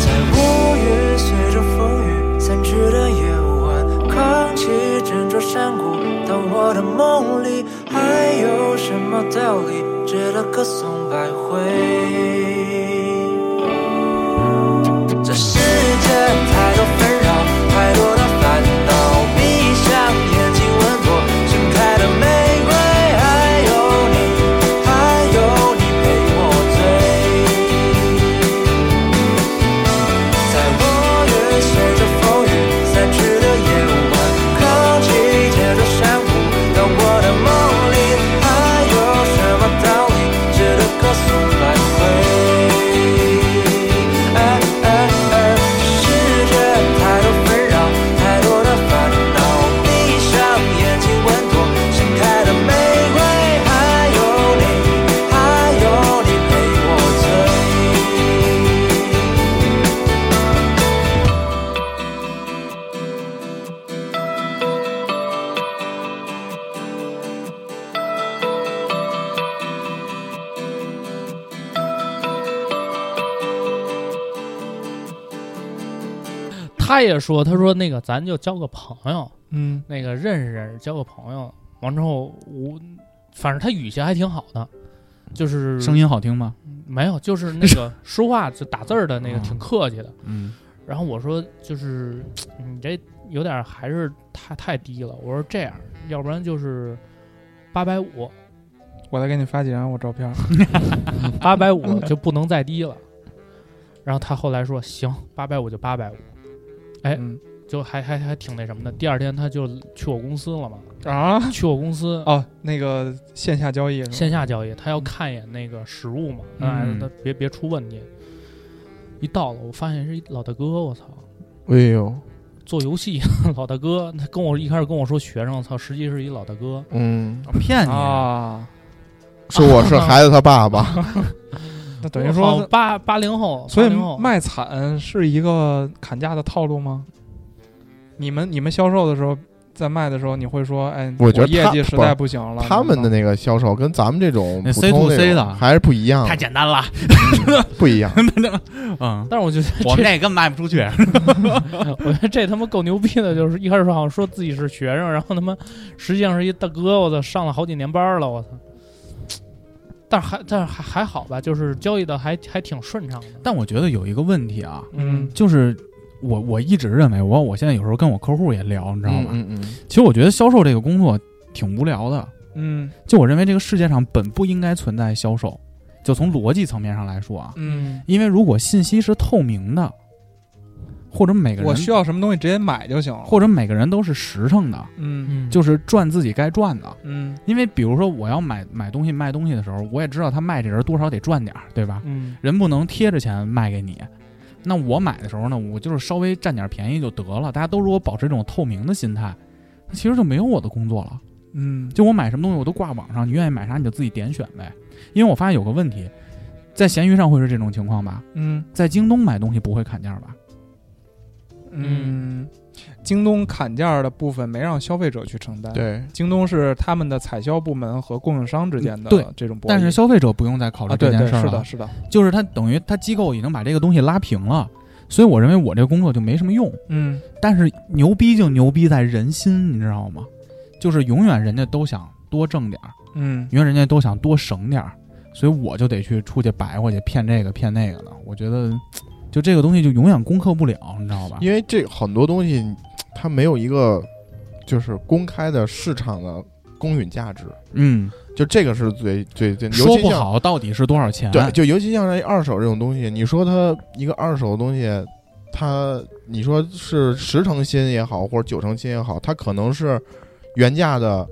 在五月，随着风雨散去的夜晚，扛起整座山谷，到我的梦里，还有什么道理值得歌颂百回？这世界太多纷扰，太多的烦恼。闭上眼睛，闻朵盛开的玫瑰，哎
他也说，他说那个咱就交个朋友，
嗯
那个认识认识，交个朋友。完之后，我反正他语气还挺好的，就是
声音好听吗？
没有，就是那个说话就打字儿的那个
嗯
挺客气的。
嗯，
然后我说，就是嗯你这有点还是太太低了。我说这样，要不然就是八百五，
我再给你发几张我照片。
八百五就不能再低了。然后他后来说行，八百五就八百五，哎
嗯
就还还还挺那什么的。第二天他就去我公司了嘛，
啊
去我公司
哦，那个线下交易是吧？
线下交易，他要看一眼那个实物嘛，
嗯
嗯，他别别出问题。一到了，我发现是一老大哥，我操，
哎呦，
做游戏 [LAUGHS] 老大哥，他跟我一开始跟我说学生，操，实际是一老大哥，
[LAUGHS] 嗯，
骗你！
啊，
说我是孩子他爸爸，
那等于
好
说，
八八零后，
所以
80后
卖惨是一个砍价的套路吗？你们你们销售的时候，在卖的时候，你会说，哎，
我觉得
业
他
绩实
不是
在不行了。
他们的那个销售跟咱们这种
那
普通
C to C
那种
的
还是不一样，
啊简单了，
不一样。
嗯，
但是我觉得这
我们这根本卖不出去。
我觉得 [LAUGHS] 这他妈够牛逼的，就是一开始说好像说自己是学生，然后他妈实际上是一大哥，我操，上了好几年班了，我操。但是还但是还还好吧，就是交易的还还挺顺畅的。
但我觉得有一个问题啊，
嗯，
就是我我一直认为，我我现在有时候跟我客户也聊，你知道
嗯
吗？
嗯嗯，
其实我觉得销售这个工作挺无聊的，
嗯
就我认为这个世界上本不应该存在销售，就从逻辑层面上来说啊，
嗯，
因为如果信息是透明的，或者每个
我
人
需要什么东西直接买就行了。
或者每个人都是实诚的，
嗯
嗯，
就是赚自己该赚的。
嗯
因为比如说我要买买东西卖东西的时候，我也知道他卖这人多少得赚点儿，对吧？
嗯
人不能贴着钱卖给你。那我买的时候呢，我就是稍微占点便宜就得了。大家都如果保持这种透明的心态，那其实就没有我的工作了。
嗯，
就我买什么东西我都挂网上，你愿意买啥你就自己点选呗。因为我发现有个问题，在闲鱼上会是这种情况吧？
嗯
在京东买东西不会砍价吧？
嗯，京东砍价的部分没让消费者去承担。，
对，
京东是他们的采销部门和供应商之间
嗯
的
对
这种博弈。
但是消费者不用再考虑
啊，
这件
对对，
事儿
是
了，
的，是的，
就是他等于他机构已经把这个东西拉平了，所以我认为我这个工作就没什么用。
嗯
但是牛逼就牛逼在人心，你知道吗？就是永远人家都想多挣点儿，
嗯
永远人家都想多省点儿，所以我就得去出去白活去骗这个骗那个的。我觉得，就这个东西就永远攻克不了，你知道吧？
因为这很多东西它没有一个就是公开的市场的公允价值，
嗯，
就这个是最最最，尤
说
其
不
像
好到底是多少钱？
对，就尤其像这二手这种东西，你说它一个二手的东西，它你说是十成新也好，或者九成新也好，它可能是原价的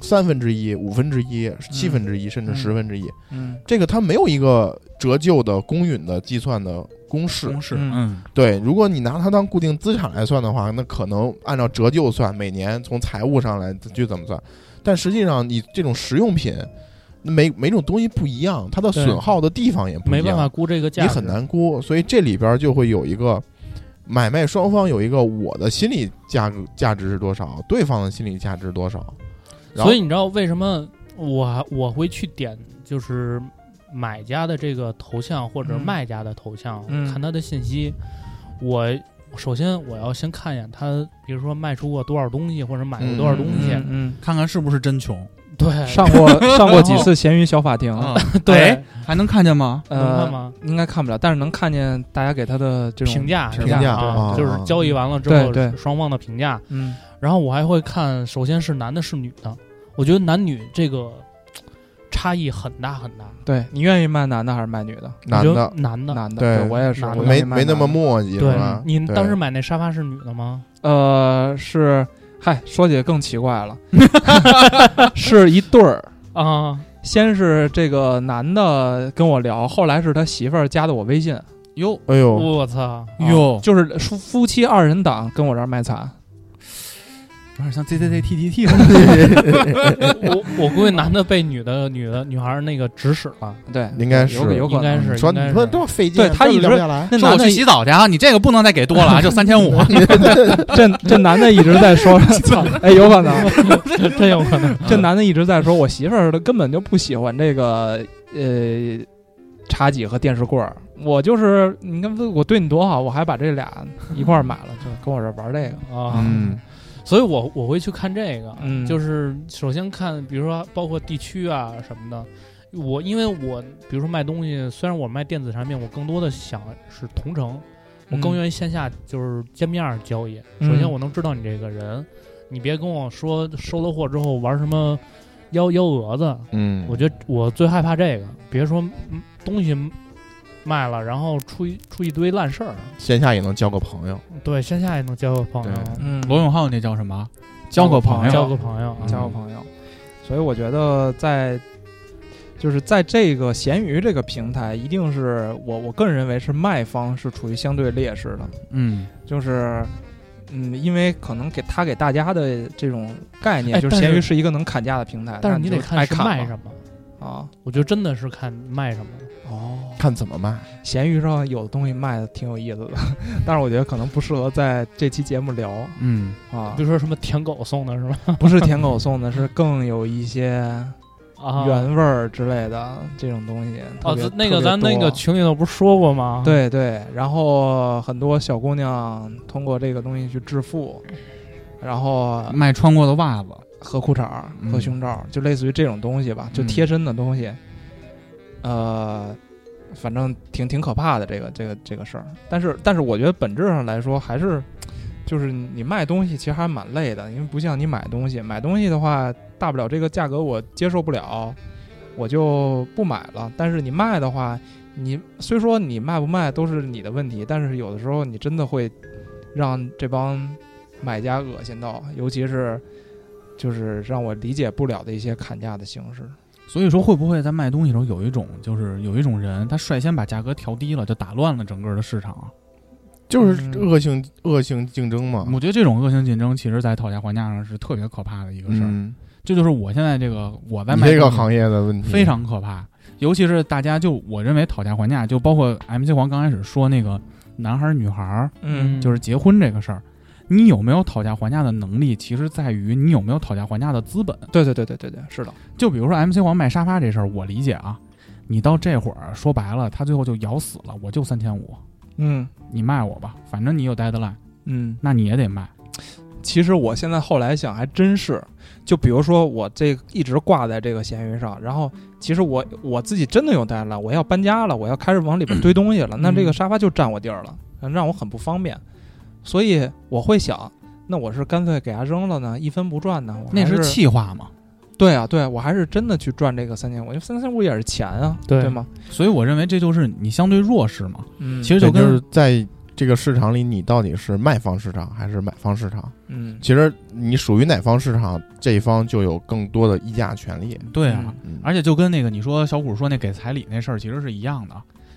三分之一、五分之一、七分之一，甚至十分之一。
嗯
这个它没有一个折旧的公允的计算的公式。
公式，
嗯
嗯，
对，如果你拿它当固定资产来算的话，那可能按照折旧算，每年从财务上来去怎么算。但实际上，你这种实用品，每每种东西不一样，它的
对
损耗的地方也不一
没
样，
办法估这个价
你
值，
很难估。所以这里边就会有一个买卖双方有一个我的心理价格价值是多少，对方的心理价值是多少。然后
所以你知道为什么我我会去点就是买家的这个头像或者
嗯
卖家的头像，
嗯
看他的信息。我首先我要先看一眼他，比如说卖出过多少东西或者买过多少东西，
嗯，
看看是不是真穷
对，
上过上过几次闲鱼小法庭，
啊？
对
哎，还能看见吗？
能看
呃，
吗？
应该看不了，但是能看见大家给他的这种
评，价是吧
评价
啊，
对
就是交易完了之
对
后
对
双方的评价，
嗯
然后我还会看，首先是男的是女的，我觉得男女这个差异很大很大。
对你愿意卖男的还是卖女的？
男
我觉
的
得男的，
男的，
对
我也是，
男
我
的
没
愿意卖
没那么
男的
墨迹是
对
吧？
你
对
当时买那沙发是女的吗？
呃，是，嗨，说起更奇怪了，是一对儿。
哦
啊，
先是这个男的跟我聊，后来是他媳妇儿加的我微信，
哟
哎呦，
我操！
哟，
就是夫夫妻二人档跟我这儿卖惨。
有点像 Z Z Z T T T 了。
我我估计男的被女的女的女孩儿那个指使了，
对，
应该是
有有可
应该
能
是
说
应该
你
是
说多费劲，
对他
根本
一直
聊不下来。
那
说
男
我
的
去洗澡去啊，你这个不能再给多了啊，就三千五。
这这男的一直在说，哎，有可能，
[LAUGHS] 真有可能。
这男的一直在说，我媳妇儿根本就不喜欢这个呃茶几和电视柜儿，我就是你看我对你多好，我还把这俩一块儿买了，就跟我这玩这个。
啊，
嗯，
所以我我会去看这个，
嗯
就是首先看，比如说包括地区啊什么的。我因为我比如说卖东西，虽然我卖电子产品，我更多的想是同城，我更
意
愿意线下就是见面儿交易。
嗯
首先我能知道你这个人，你别跟我说收了货之后玩什么幺幺蛾子，
嗯，
我觉得我最害怕这个。别说嗯东西卖了，然后出一出一堆烂事儿。
线下也能交个朋友，
对，线下也能交个朋友，
对
嗯
[LAUGHS] 罗永浩那叫什么？交个朋
交
友，
个朋友啊。
交个朋友。所以我觉得在就是在这个闲鱼这个平台，一定是我我个人认为是卖方是处于相对劣势的，
嗯，
就是。嗯，因为可能给他给大家的这种概念，
哎
就是
但是
闲鱼是一个能砍价的平台，
但是
那
你
就
得看
爱
是
砍
卖
嘛
什么，
啊。
我觉得真的是看卖什么。
哦，
看怎么卖。
闲鱼上有的东西卖的挺有意思的， [LAUGHS] 但是我觉得可能不适合在这期节目聊
嗯，
啊
比，如说什么舔狗送的是吧？
不是舔狗送的，是更有一些
啊，
原味儿之类的这种东西。特
哦，
别
咱那个
特别
咱那
多
个群里头不是说过吗？，
对对，然后很多小姑娘通过这个东西去致富，然后
啊
卖穿过的袜子，
和裤衩儿、和
嗯
胸罩儿，就类似于这种东西吧，就
嗯
贴身的东西。呃，反正挺挺可怕的这个这个这个事儿。但是但是我觉得本质上来说还是。就是你卖东西其实还蛮累的，因为不像你买东西，买东西的话，大不了这个价格我接受不了，我就不买了。但是你卖的话，你虽说你卖不卖都是你的问题，但是有的时候你真的会让这帮买家恶心到，尤其是就是让我理解不了的一些砍价的形式。
所以说，会不会在卖东西的时候有一种，就是有一种人，他率先把价格调低了，就打乱了整个的市场啊？
就是
嗯
恶性恶性竞争嘛，
我觉得这种恶性竞争，其实，在讨价还价上是特别可怕的一个事儿。
嗯，
这就是我现在这个我在
你
卖
这个
东西
行业的问题
非常可怕，尤其是大家就我认为讨价还价，就包括 MC 黄刚开始说那个男孩儿女孩儿
嗯
就是结婚这个事儿，你有没有讨价还价的能力，其实在于你有没有讨价还价的资本。
对对对对对对，是的，
就比如说 MC 黄卖沙发这事儿，我理解啊，你到这会儿说白了，他最后就咬死了，我就三千五，
嗯
你卖我吧，反正你有 deadline，
嗯。
那你也得卖。
其实我现在后来想，还真是，就比如说我这个一直挂在这个闲鱼上，然后其实我我自己真的有带了，我要搬家了，我要开始往里边堆东西了，那这个沙发就占我地儿了，让我很不方便，所以我会想，那我是干脆给它扔了呢，一分不赚呢？我
那
还
是
是
气话嘛？
对啊，对啊，我还是真的去赚这个三千五，因为三千五也是钱啊，
对
吗？
所以我认为这就是你相对弱势嘛。
嗯，
其实
对
就
就
跟、
是在这个市场里，你到底是卖方市场还是买方市场？
嗯，
其实你属于哪方市场，这一方就有更多的议价权利。
对啊，
嗯，
而且就跟那个你说小虎说那给彩礼那事儿其实是一样的，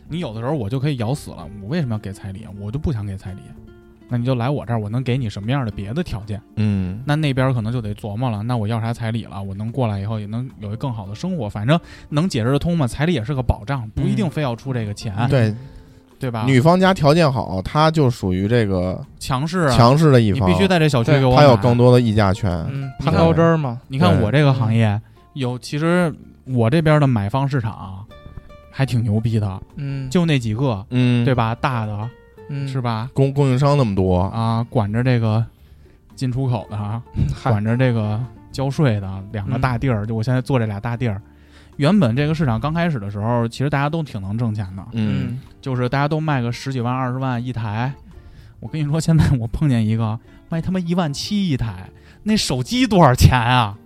你有的时候我就可以咬死了，我为什么要给彩礼？啊我就不想给彩礼，啊那你就来我这儿，我能给你什么样的别的条件？
嗯，
那那边可能就得琢磨了，那我要啥彩礼了？我能过来以后也能有一更好的生活，反正能解释得通嘛。彩礼也是个保障，不一定非要出这个钱，
嗯对，
对吧？
女方家条件好，她就属于这个
强势啊，
强势的一
你
方，
必须在这小区
对
给我
她有
买
更多的议价权。
嗯，攀高枝儿嘛，
你看
对嗯
我这个行业有，其实我这边的买方市场啊还挺牛逼的，
嗯，
就那几个，
嗯，
对？吧？大的
嗯
是吧？
供供应商那么多，
啊，管着这个进出口的啊，[LAUGHS]
嗨
管着这个交税的啊两
嗯
个大地儿，就我现在做这俩大地儿。原本这个市场刚开始的时候，其实大家都挺能挣钱的，
嗯，
嗯，
就是大家都卖个十几万、二十万一台。我跟你说，现在我碰见一个卖他妈一万七一台，那手机多少钱啊？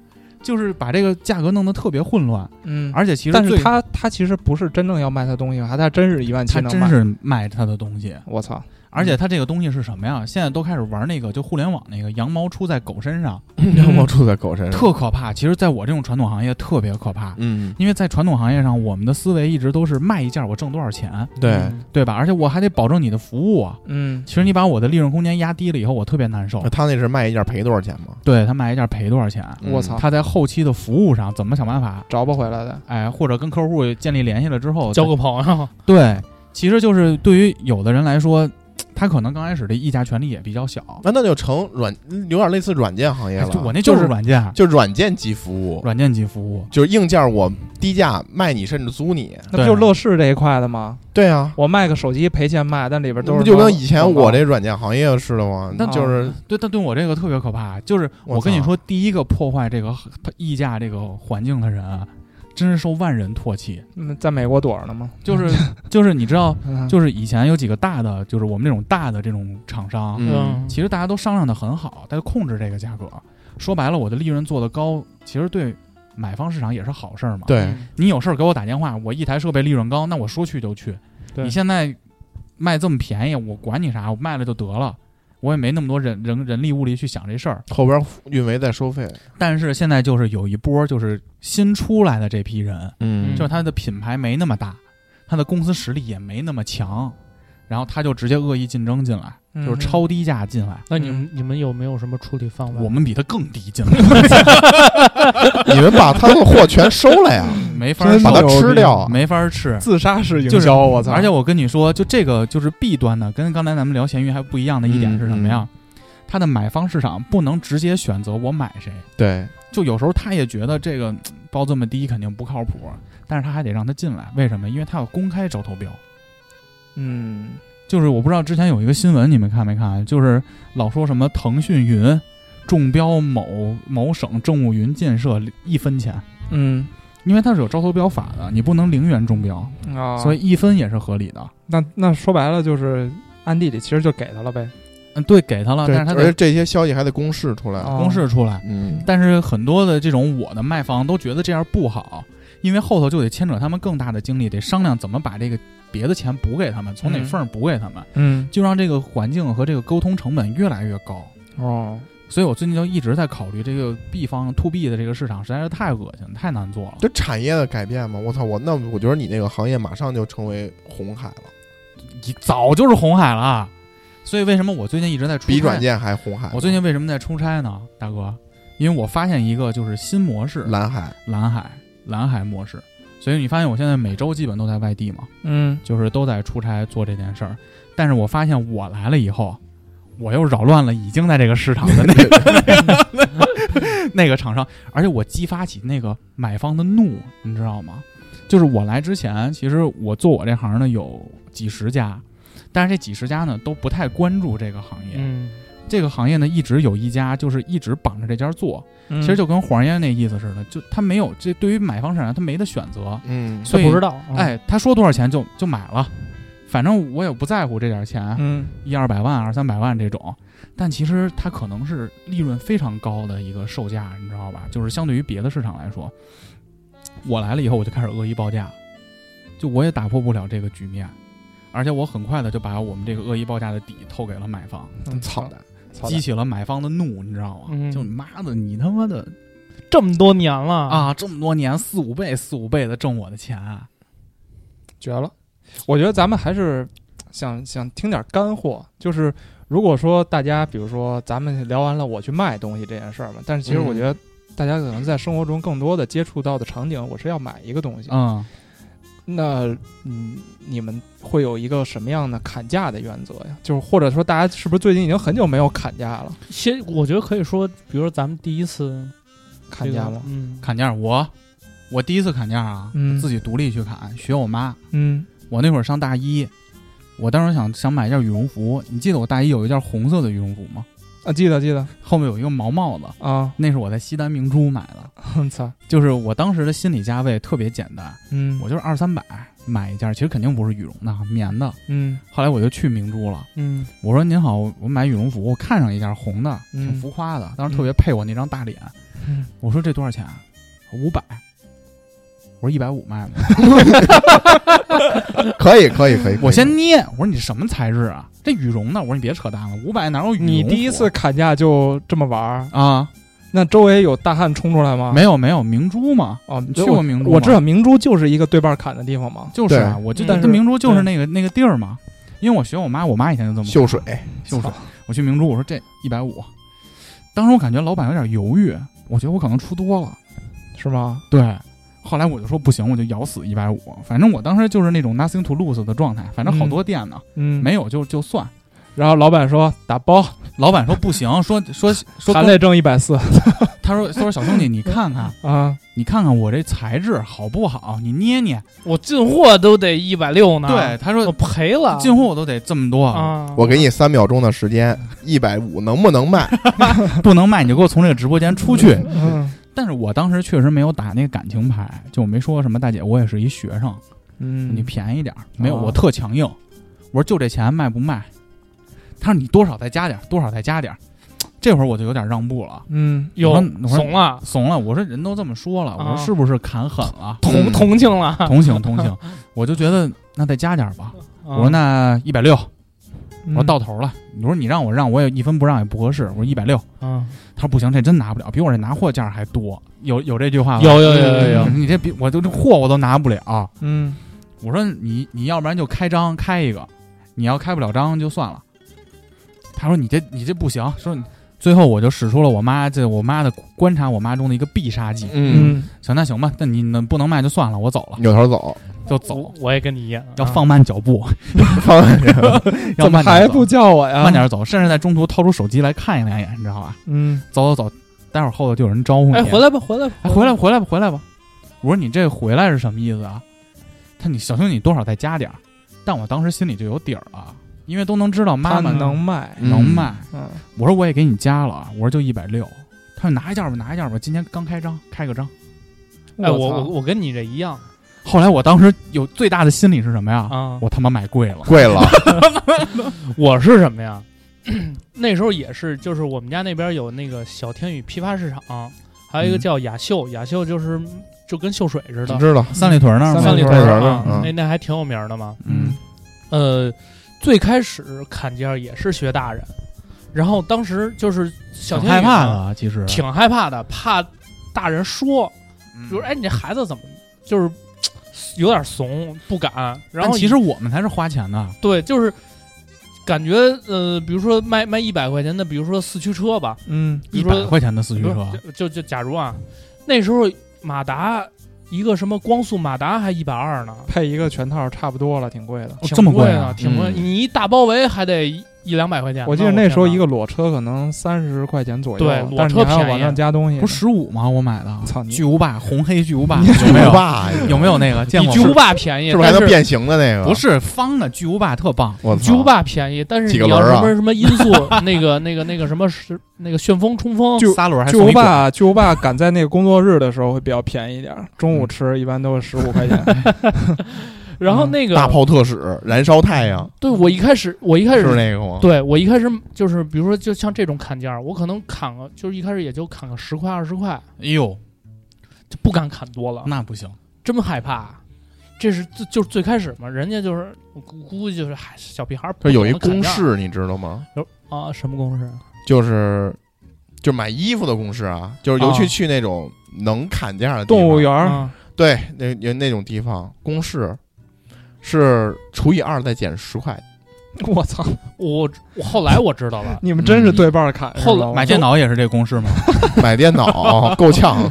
就是把这个价格弄得特别混乱，
嗯，
而且其实
但是
最
他他其其实不是真正要卖他东西，他他真是一万七
他
能
真
卖。嗯
是卖他的东西，
我操，
而且他这个东西是什么呀？现在都开始玩那个，就互联网那个羊毛出在狗身上，
[LAUGHS] 羊毛出在狗身上，
嗯 [LAUGHS] 特可怕。其实，在我这种传统行业特别可怕，
嗯，
因为在传统行业上，我们的思维一直都是卖一件我挣多少钱，
对，
对吧？而且我还得保证你的服务啊。
嗯
其实你把我的利润空间压低了以后，我特别难受
那。他那是卖一件赔多少钱嘛？
对他卖一件赔多少钱？
嗯
我操
他在后期的服务上怎么想办法？
找不回来的。
哎，或者跟客户建立联系了之后，
交个朋友，
对，其实就是对于有的人来说，他他可能刚开始这议价权利也比较小，
那那就成软，有点类似软件行业
哎
了。
就我那就是
是
软件，
就是软件级服务，
软件级服务。
就是硬件我低价卖你，甚至租你。
那不
对
就是乐视这一块的吗？
对啊，
我卖个手机赔钱卖，但里边
那
都
不
是
就跟
广
以前我这
广
软件行业似的吗？
那
就是
对，但对我这个特别可怕，就是
我
我跟你
操
说，第一个破坏这个议价这个环境的人啊，真是受万人唾弃。
告嗯在美国躲着呢吗？
就是就是你知道，
嗯
就是以前有几个大的，就是我们这种大的这种厂商，
嗯，
其实大家都商量的很好，但是控制这个价格，说白了，我的利润做得高，其实对买方市场也是好事儿嘛。，
对，
你有事儿给我打电话，我一台设备利润高，那我说去就去。
对
你现在卖这么便宜，我管你啥，我卖了就得了，我也没那么多人人人力物力去想这事儿。
后边运维再收费，
但是现在就是有一波就是新出来的这批人，
嗯
就是他的品牌没那么大，他的公司实力也没那么强，然后他就直接恶意竞争进来，
嗯
就是超低价进来。
那你们你们有没有什么处理方
嗯
法？
嗯我们比他更低进来，
[LAUGHS]
[LAUGHS]
你们把他的货全收了 [LAUGHS] 呀，
没法
真
吃
把
的
它
牛
吃
逼
掉啊。
没法吃。
自杀式营
就是
销，
哦
我操！
而且我跟你说，就这个就是弊端呢，跟刚才咱们聊闲鱼还不一样的一点是什么
嗯
呀？他的买方市场不能直接选择我买谁，
对，
就有时候他也觉得这个嗯报这么低肯定不靠谱，但是他还得让他进来，为什么？因为他要公开招投标。
嗯，
就是我不知道之前有一个新闻，你们看没看？就是老说什么腾讯云中标某某省政务云建设一分钱，
嗯
因为它是有招投标法的，你不能零元中标，
啊，
所以一分也是合理的。
那那说白了就是暗地里其实就给他了呗。
嗯，对，给他了，
对，
但是他
而且
得
这些消息还得公示出来。
哦
啊公示出来。
嗯，
但是很多的这种我的卖方都觉得这样不好，因为后头就得牵扯他们更大的精力，得商量怎么把这个别的钱补给他们，从哪
嗯
缝儿补给他们，
嗯
就让这个环境和这个沟通成本越来越高。
哦，
所以我最近就一直在考虑这个 B 方 to B 的这个市场实在是太恶心，太难做了。
这产业的改变嘛，我操，我那我觉得你那个行业马上就成为红海了，
你早就是红海了，啊所以为什么我最近一直在出
比
差
软？件还红海。
我最近为什么在出差呢，大哥？因为我发现一个就是新模式，
蓝海，
蓝海蓝海模式。所以你发现我现在每周基本都在外地嘛，
嗯
就是都在出差做这件事儿。但是我发现我来了以后，我又扰乱了已经在这个市场的 [LAUGHS] 那个那个厂商，而且我激发起那个买方的怒，你知道吗？就是我来之前，其实我做我这行呢有几十家，但是这几十家呢都不太关注这个行业。
嗯，
这个行业呢一直有一家就是一直绑着这家做，
嗯
其实就跟黄爷那意思似的，就他没有这对于买方市场他没得选择。
嗯，
所以
他不知道，嗯，
哎，他说多少钱就就买了，反正我也不在乎这点钱，
嗯
一二百万、二三百万这种。但其实它可能是利润非常高的一个售价，你知道吧？就是相对于别的市场来说，我来了以后我就开始恶意报价，就我也打破不了这个局面，而且我很快的就把我们这个恶意报价的底透给了买方，
嗯
操蛋！
操
激起了买方的怒，你知道吗？
嗯
就妈的，你他妈的
这么多年了啊，
啊，这么多年四五倍、四五倍的挣我的钱，啊
绝了！我觉得咱们还是想想听点干货，就是如果说大家，比如说咱们聊完了我去卖东西这件事儿嘛，但是其实
嗯
我觉得大家可能在生活中更多的接触到的场景，我是要买一个东西。
嗯。
那嗯，你们会有一个什么样的砍价的原则呀？就是或者说大家是不是最近已经很久没有砍价了？
先我觉得可以说，比如说咱们第一次
砍价吗？
嗯，
砍价，我我第一次砍价啊，
嗯
我自己独立去砍，学我妈。
嗯
我那会儿上大一，我当时想想买一件羽绒服，你记得我大一有一件红色的羽绒服吗？
啊，记得记得
后面有一个毛帽子，
啊，
那是我在西单明珠买的。
哼操，
就是我当时的心理价位特别简单，
嗯
我就是二三百买一件，其实肯定不是羽绒的，棉的。
嗯
后来我就去明珠了，
嗯
我说您好，我买羽绒服，我看上一件红的，
嗯
挺浮夸的，当时特别配我那张大脸。
嗯
我说这多少钱？啊五百。我说一百五卖吗？
[LAUGHS]
可以，可以，可以。
我
可
先
以
捏，我说你什么材质啊？这羽绒的，我说你别扯淡了，五百哪有羽绒服啊？
你第一次砍价就这么玩儿？
啊？
那周围有大汉冲出来吗？
没有没有，明珠嘛，
哦，你
去过明珠吗
我知道明珠就是一个对半砍的地方嘛。
就是啊，我就
但
嗯
这
是
明珠就是那个那个地儿嘛，因为我学我妈，我妈以前就这么
秀水，
秀水，我去明珠，我说这一百五，当时我感觉老板有点犹豫，我觉得我可能出多了，
是吗？
对。后来我就说不行，我就咬死一百五。反正我当时就是那种 nothing to lose 的状态，反正好多店呢、
嗯，
没有就就算。
然后老板说打包，
老板说不行，说说说
含
跟，
泪挣一百四
他说他说小兄弟，你看看， [LAUGHS]
啊，
你看看我这材质好不好？你捏捏。
我进货都得一百六呢，，
对，他
啊我
说
赔了
进货我都得这么多，
啊！
我给你三秒钟的时间，一百五能不能卖？
不能卖你就给我从这个直播间出去。
嗯
但是我当时确实没有打那个感情牌，就我没说什么大姐，我也是一学生，
嗯，
你便宜点儿，没有，
哦
我特强硬，我说就这钱卖不卖？他说你多少再加点儿，多少再加点儿。这会儿我就有点让步了，
嗯
我
哟
说我说
怂了，
怂了。我说人都这么说了，我
啊
说是不是砍狠
[LAUGHS]
了？
同同情了。
嗯
啊
同情同
[LAUGHS]
情，我就觉得那再加点儿吧。我说
嗯
那一百六，我
嗯
说到头了。你说你让我让，我也一分不让也不合适。我说一百六，
嗯
他说不行，这真拿不了，比我这拿货价还多。有有这句话吧？
有有有有有，
你这比我都这货我都拿不了。
嗯
我说你你要不然就开张开一个，你要开不了张就算了。他说你这你这不行，说你最后我就使出了我妈这我妈的观察我妈中的一个必杀技。
嗯，
嗯
行那行吧，那你那不能卖就算了，我走了
扭头走，
就走
嗯
我，我也跟你一样，
要
啊
放慢脚
[LAUGHS]
步，
放慢点
要
怎么
慢点
还
儿
不
走，
啊叫我呀？
慢点儿走，甚至在中途掏出手机来看一两眼，你知道吧？
嗯，
走走走，待会儿后头就有人招呼你。啊
哎，回来吧，回来吧，
哎，回来吧，回来吧，回来吧。我说你这回来是什么意思啊？他你小兄弟多少再加点儿，但我当时心里就有底儿了，因为都能知道妈
他
妈
能卖，
嗯
能卖。
嗯
我说我也给你加了，我说就一百六。他说拿一件吧，拿一件吧，今天刚开张，开个张。
哎，我我
操
我跟你这一样
后来我当时有最大的心理是什么呀？
啊，
我他妈买贵了，
贵了，
我是什么呀？ [CLEARS THROAT] 那时候也是，就是我们家那边有那个小天宇批发市场，还有一个
嗯
叫雅秀，雅秀就是就跟秀水似的，
知道？
三里屯那儿吗？
三
里
里
屯
屯
儿
啊
嗯
那那还挺有名的嘛。
嗯，
呃，最开始砍价也是学大人，然后当时就是小
挺
天宇
害怕的
呢，
啊，其实
挺害怕的，怕大人说，
嗯
就是哎，你这孩子怎么就是嘖有点怂，不敢。然
但
后
其实我们才是花钱的，
对，就是感觉呃，比如说卖卖一百块钱的，比如说四驱车吧，
嗯
比
一
如说
百块钱的四驱
不是
车，哦
就就就假如啊，那时候马达一个什么光速马达还一百二呢，
配一个全套差不多了，挺哦贵的。
哦
挺
这么
贵
贵
啊，
啊
挺贵。
嗯
你一大包围还得一一两百块钱呢。
我
我
记得那时候
天
一
哪
个裸车可能三十块钱左右，
对裸
但是
车
你还要
便宜啊
往上加东西呢，
不是十五吗？我买的，
操你
巨无霸红黑巨无霸有没有？
爸呀，
[LAUGHS] 有没有那个见
比
过？
巨无霸便宜，
是不是还能
但
变形的
嗯
那个？
不，是方的巨无霸特棒，
我
巨无
操！
霸便宜，但是
几个
你要
轮儿
什
啊
么什么因素，那个那个那个什么是那个旋风冲锋，
仨轮还
巨
送
无
一
霸，啊巨无霸赶在那个工作日的时候会比较便宜一点儿，
嗯
中午吃一般都是十五块钱。
[LAUGHS]
然后
嗯
那个
大炮特使，燃烧太阳，
对我一开始我一开
是
始
那个吗？
对我一开始就是比如说就像这种砍价，我可能砍个就是一开始也就砍个十块二十块，
哎呦，
就不敢砍多了，
那不行，
真害怕。这是最就是最开始嘛，人家就是我估估计就是嗨小屁孩儿不
它有一
懂得砍
公
价
式，你知道吗？
啊，什么公式？
就是就买衣服的公式啊，就是尤
啊
其去那种能砍价的地方
动物
嗯
园儿，
啊
对那有那种地方公式是除以二再减十块，
我操！，
我我后来我知道
[LAUGHS]
了
你们真是对半儿砍。
后
来
买电脑也是这公式吗？ [LAUGHS]
买电脑够呛，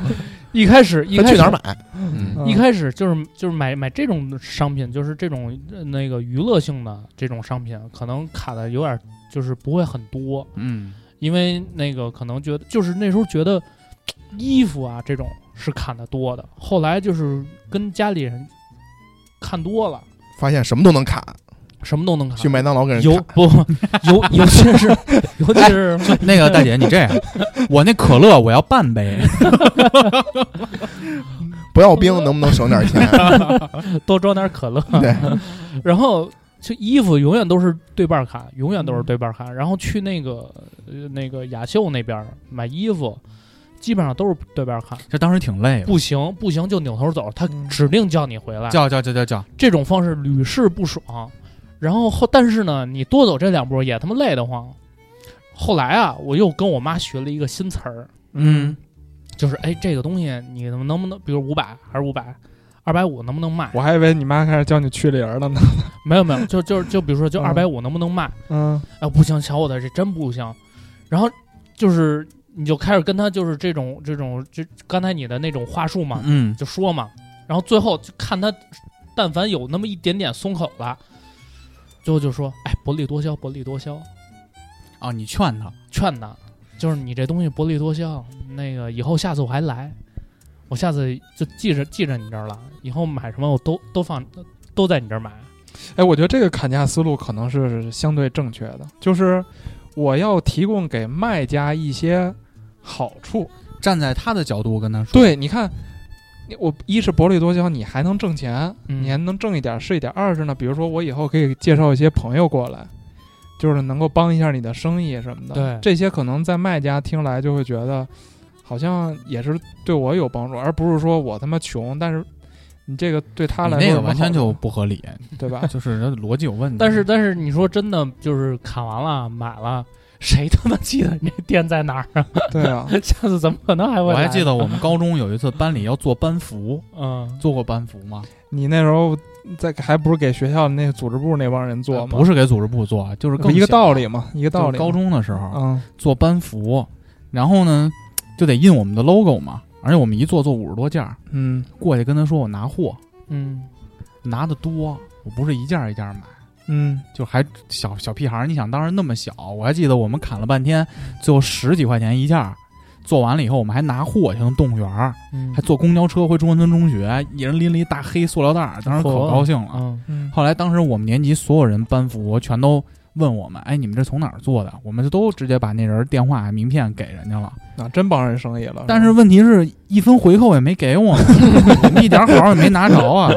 一开始一
他
开始
去哪儿买？嗯
一开始就是就是买买这种商品，就是这种呃那个娱乐性的这种商品，可能卡的有点就是不会很多，
嗯，
因为那个可能觉得就是那时候觉得衣服啊这种是砍的多的，后来就是跟家里人看多了，
发现什么都能砍，
啊什么都能砍，
去麦当劳给人
尤
砍，
不尤尤其是尤其是
[LAUGHS]
那个大姐你这
[LAUGHS]
样，我那可乐我要半杯，
不要冰能不能省点
[LAUGHS]
钱？
多装点可乐，
对，
[LAUGHS] 然后就衣服永远都是对半儿砍，永远都是对半儿砍。然后去那个呃那个雅秀那边儿买衣服，基本上都是对半儿砍。
这当时挺累的，
不行不行就扭头走，他
嗯
指定叫你回来。
叫叫叫叫叫，
这种方式屡试不爽。然后后但是呢，你多走这两步也他妈累得慌。后来啊，我又跟我妈学了一个新词儿，
嗯，
就是哎，这个东西你能能不能，比如五百还是五百，二百五能不能卖
我？还以为你妈开始教你去零儿了呢。
没有没有，就就就比如说就
嗯
二百五能不能卖？
嗯
哎，不行，小伙子，这真不行。然后就是你就开始跟他就是这种这种就刚才你的那种话
啊
术嘛，
嗯，
就说嘛。然后最后就看他，但凡有那么一点点松口了，最后就说：“哎，薄利多销，薄利多销。
啊，你劝他，
劝他，就是你这东西薄利多销，那个以后下次我还来，我下次就记着记着你这儿了，以后买什么我都都放都在你这儿买。
哎，我觉得这个砍价思路可能是相对正确的，就是我要提供给卖家一些好处。
站在他的角度跟他说，
对，你看，你我一是薄利多销，你还能挣钱，
嗯
你还能挣一点是一点。二是呢，比如说我以后可以介绍一些朋友过来，就是能够帮一下你的生意什么的。
对
这些可能在卖家听来就会觉得，好像也是对我有帮助，而不是说我他妈穷，但是你这个对他
你
来说
那
有
个
什么
完全
好
就
处
不合理，
对吧？ [LAUGHS]
就是人家逻辑有问题。[LAUGHS]
但是但是你说真的，就是砍完了买了，谁他妈记得你这店在哪儿啊？ [LAUGHS]
对啊，
下次怎么可能还会？
我还记得我，们高中有一次班里要做班服，
嗯，
做过班服吗？
你那时候在还不是给学校那组织部那帮人 [LAUGHS] 做吗？
呃哎不是给组织部做，就是更
一个
小
道理嘛，一个
就是
道理嘛。
高中的时候，
嗯，
做班服，然后呢就得印我们的 logo 嘛，而且我们一做做五十多件儿，
嗯
过去跟他说我拿货，
嗯
拿的多，我不是一件儿一件儿买，
嗯，
就还小小屁孩儿，你想当时那么小，我还记得我们砍了半天，最后十几块钱一件儿。做完了以后，我们还拿货去动物园儿，
嗯，
还坐公交车回中关村中学，一人拎了一大黑塑料袋儿，当时可
嚯
高兴了。
嗯
嗯
后来当时我们年级所有人班服全都问我们：“哎，你们这从哪儿做的？”我们就都直接把那人电话、啊名片给人家了。
嗯
啊，真帮人生意了。
但是问题是，一分回扣也没给我们，我们一点好也没拿着啊，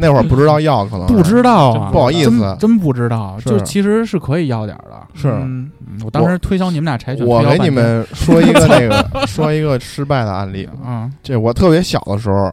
那会儿不知道要，可能是
不知道啊，
不好意思
真真不知道。
是
就其实是可以要点儿的。
是
嗯
嗯我当时推销你们俩
哎
柴犬，
我
推销半
给你
天
们说一个那
[LAUGHS]
个，说一个失败的案例。
啊
这我特别小的时候，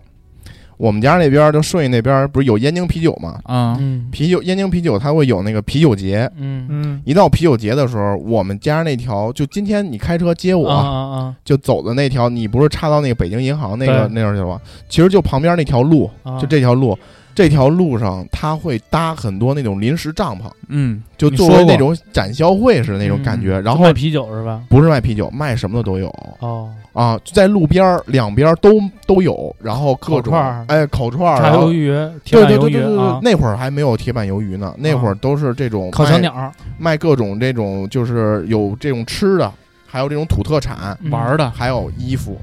我们家那边儿就顺义那边儿不是有燕京啤酒嘛？
啊
嗯
啤酒燕京啤酒它会有那个啤酒节，
嗯
嗯
一到啤酒节的时候，我们家那条就今天你开车接
嗯，
我，
啊啊
就走的那条，你不是插到那个北京银行那个
对
那儿去了吗？其实就旁边那条路，
啊，
就这条路，这条路上它会搭很多那种临时帐篷，
嗯，
就
你
作
说
为那
过
种展销会似的那种感觉。然
就
后
卖啤酒是吧？
不是卖啤酒，卖什么的都有
哦，
啊，就在路边儿两边儿都都有，然后各
烤
种
串儿
哎烤串儿，
炸
然后
鱿鱼、铁
对
板
对
鱿
对
鱼
对对对
啊，，
那会儿还没有铁板鱿鱼呢，那会儿都是这种
烤
卖
小鸟
卖各种这种就是有这种吃的，还有这种土特产，
玩儿
的，
的
还有衣服。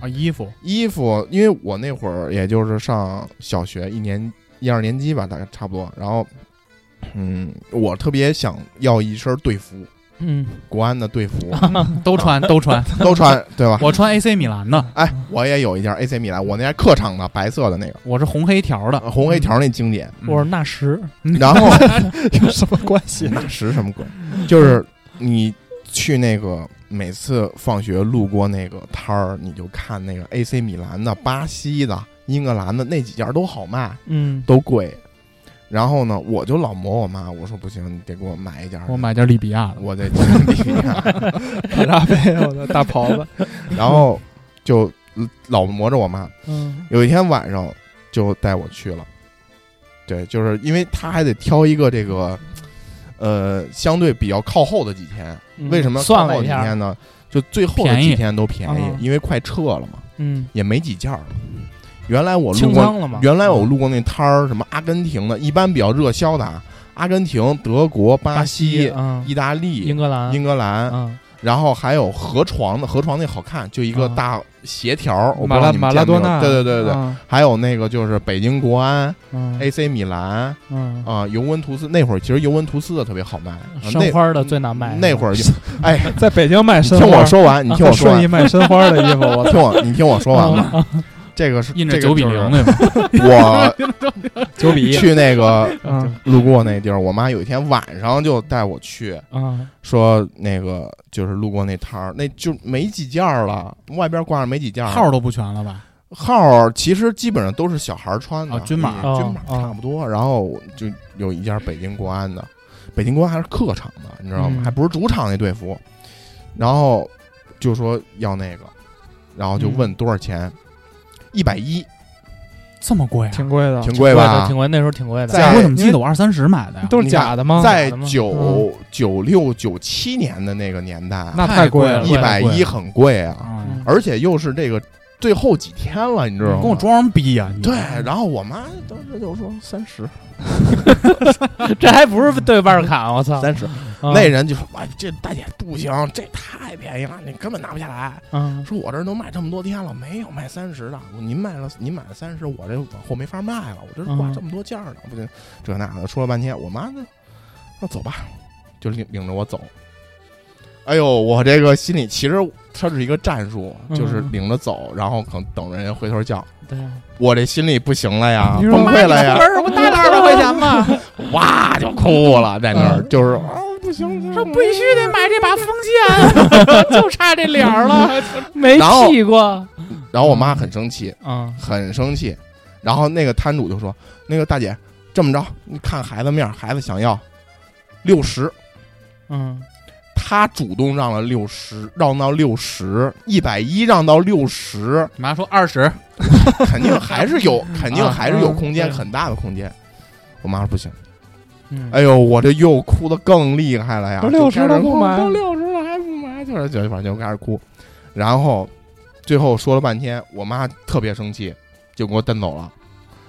啊衣服
衣服，因为我那会儿也就是上小学一年一二年级吧，大概差不多。然后，嗯，我特别想要一身队服，
嗯，
国安的队服
都穿 [LAUGHS] 都穿，
都穿，对吧？
我穿 AC 米兰的，
哎，我也有一件 AC 米兰，我那还客场的白色的那个
我是红黑条
啊
的，
呃红黑条那经典。
嗯
我是纳什，
然后
嗯 [LAUGHS] 有什么关系？啊
那 [LAUGHS] 是什么鬼？就是你去那个每次放学路过那个摊儿，你就看那个 AC 米兰的、巴西的、英格兰的那几件都好卖。
嗯，
都贵。然后呢，我就老磨我妈，我说不行，你得给我买一件儿，
我买件利比亚
[LAUGHS]
的，
我得 [LAUGHS] 经历一下。
卡扎菲，我的大袍子。
[LAUGHS] 然后就老磨着我妈。
嗯，
有一天晚上就带我去了，对，就是因为她还得挑一个这个，呃，相对比较靠后的几天。为什么靠
嗯
啊
算
后
了
几
一下
天？呢？就最后的
便宜
几天都便宜，
嗯
因为快撤了嘛，
嗯，
也没几件儿了。原来我路
清
过
仓了嘛？嗯
原来我路过那摊儿，什么阿根廷的，一般比较热销的，啊，阿根廷、德国、巴
巴
西、
嗯，
意大利
英、格兰，
英格兰，
嗯，
然后还有河床的，河床那好看，就一个
啊
大斜条儿，我不
马
知道
拉
你
马
们见
拉
没有
多纳，
对对对对对，
啊
还有那个就是北京国安、
嗯
AC 米兰
嗯，
啊，尤文图斯那会儿，其实尤文图斯的特别好卖，啊
申
那
花的最难卖，
那会儿就，哎，
在北京卖
你
申
听
花，
我说完，你听我说
顺义
完，
卖申花的衣服，我
听我你听我说完
啊
吧， [LAUGHS] 这个是
印
这
着
个
九比
就是
零那种，
[LAUGHS] 我
[LAUGHS] 九比一。
去那个
嗯
路过那地儿，我妈有一天晚上就带我去，
嗯，
说那个就是路过那摊儿，那就没几件儿了，外边挂着没几件儿
[LAUGHS] 号儿都不全了吧？
号儿其实基本上都是小孩儿穿的，
啊均码
嗯
哦
均码差不多。然后就有一件北京国安的，北京国安还是客场的，你知道吗？
嗯
还不是主场那队服。然后就说要那个，然后就问多少钱，一百一，
这么贵啊？
挺贵
[LAUGHS]
的，
挺贵
的
吧
挺？贵，那时候挺贵的，
在
我怎么记得我二三十买的呀？
都是假的吗？
在
的吗
九九六九七年的那个年代，
那
太
太
贵
贵
了
了。
一百
贵
一很贵啊。
啊，
嗯
而且又是这个最后几天了，你知道吗？
跟我装什么逼呀？你
对，然后我妈当时就说三十，
这还不是对半砍，我操，
三十，
啊
那人就说：“哎，这大姐不行，这太便宜了，你根本拿不下来。
啊
说我这儿都卖这么多天了，没有卖三十的，您卖了，您买了三十，我这往后没法卖了，我这挂
嗯
这么多件儿呢，不行，这那的。”说了半天，我妈就那走吧，就领领着我走。哎呦，我这个心里其实它是一个战术，就是
嗯
领着走，然后可能等着人家回头叫。
对，
我这心里不行了呀，
你说
崩溃了呀，
我不搭了
[LAUGHS]
二百块钱吗？
哇就哭了，在那儿就是啊，不行，
说必须得买这把风剑， [LAUGHS] 就差这脸儿了，没
然后
剃过。
然后我妈很生气，
啊
很生气。然后那个摊主就说：“那个大姐，这么着，你看孩子面儿，孩子想要六十，
嗯
他主动让了六十，让到六十，一百一让到六十，
你妈说二十，
肯定还
[LAUGHS]
是
啊
有，肯定还是有空间，
对
很大的空间。”我妈说：“不行。”
嗯，
哎呦，我这又哭的更厉害了呀！
都60
就开始
了不
哭
买
都六十了还不买，就是就反正就开始哭，然后最后说了半天，我妈特别生气，就给我蹬走了，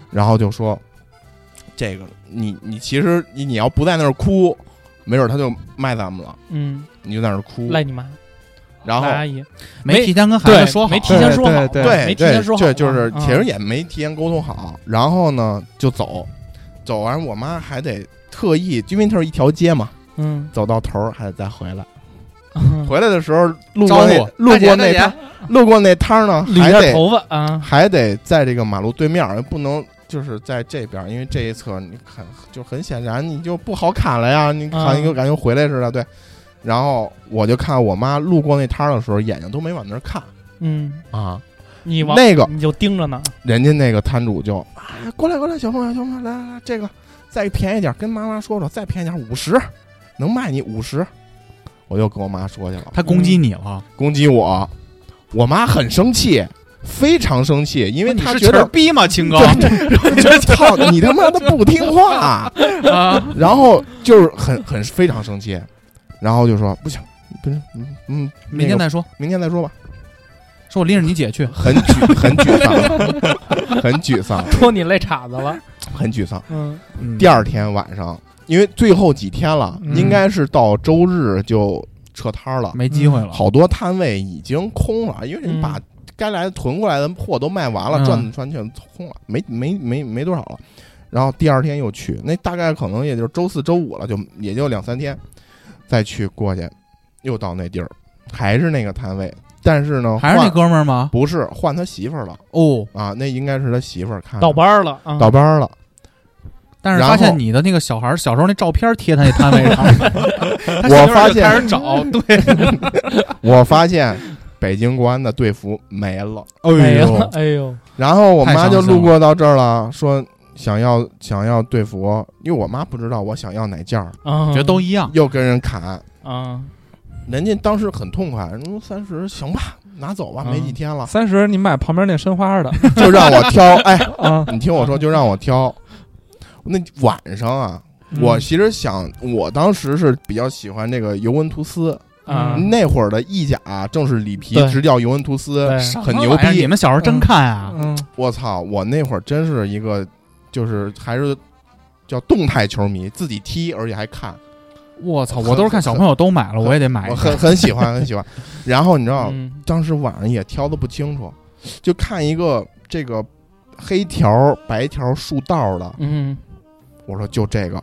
然后就说：“这个你你其实你你要不在那儿哭，没准他就卖咱们了，
嗯，
你就在那儿哭。
赖你妈，”
然后
赖阿姨，
没提前跟孩
对，
子说好，
没提前说好，
对
对
没提前说好
这就是
啊
其实也没提前沟通好，然后呢就走，走完我妈还得特意，因为它是一条街嘛，
嗯，
走到头儿还得再回来。
嗯
回来的时候路
招
过那
呼
路过
大
那
姐大
摊
姐
路过那摊儿呢，
捋
还
一下
得
头发啊，
还得在这个马路对面儿，不能就是在这边儿，因为这一侧你看就很显然你就不好砍了呀，你好像
嗯
就感觉回来似的，对。然后我就看我妈路过那摊儿的时候，眼睛都没往那儿看
嗯，
啊。
你往
那个
你就盯着呢，
人家那个摊主就啊，过来过来，小朋友小朋友，来来来，这个再便宜点儿，跟妈妈说说，再便宜点儿，五十能卖你五十。我又跟我妈说去了，
他攻击你了，
嗯
攻击我，我妈很生气，非常生气，因为
哦你
她
是
觉
儿
得
逼吗？青哥 [LAUGHS]
就是操你他妈的不听话，
啊，
然后就是很很非常生气，然后就说不行，不是，嗯嗯，
明天
那个
再说，
明天再说吧，
说我拎着你姐去，
很沮很沮丧， [LAUGHS] 很沮丧，
戳你肋叉子
啊
了，
很沮丧。
嗯
嗯
第二天晚上，因为最后几天了，
嗯
应该是到周日就撤摊儿了，
没机会了，
嗯好多摊位已经空了，因为人
嗯
把该来的囤过来的货都卖完了，
嗯
赚赚钱空了，没没没没多少了。然后第二天又去，那大概可能也就是周四周五了，就也就两三天，再去过去，又到那地儿，还是那个摊位，但是呢，
还是那
换
哥们儿吗？
不是换他媳妇儿了
哦，
啊，那应该是他媳妇儿看着
[LAUGHS] 倒班儿了啊，
倒班儿了，
但是
然
发现
后哎
你的那个小孩儿小时候那照片贴他那摊位
[LAUGHS]
上，他媳妇儿就
发现
开始找，对，
[LAUGHS] 我发现北京国安的队服没了。
没了，哎
[LAUGHS]
呦，
然后我妈
太伤心
就
了
路过到这儿了，说想要想要队服，因为我妈不知道我想要哪件儿，
啊，
觉得都一样，
又跟人砍。
啊，
人家当时很痛快，嗯，三十行吧，拿走吧，
嗯
没几天了，
三十，你买旁边那申花的
就让我
[LAUGHS]
挑。哎，
啊，
你听我说，就让我挑。那晚上啊，我
嗯
其实想，我当时是比较喜欢这个尤文图斯，
啊，
嗯
那会儿的意甲、正是里皮
对
执教尤文图斯，
对
什
很
么
牛
玩意儿
逼
你。们小时候真看啊？
嗯，
我操！我那会儿真是一个，就是还是叫动态球迷，自己踢，而且还看，
我操，
很
我都是看小朋友都买了，
很
我也得买
我
一
很
个。
很喜欢，很喜欢。然后你知道，
嗯
当时晚上也挑的不清楚，就看一个这个黑条白条竖道的，
嗯
我说就这个，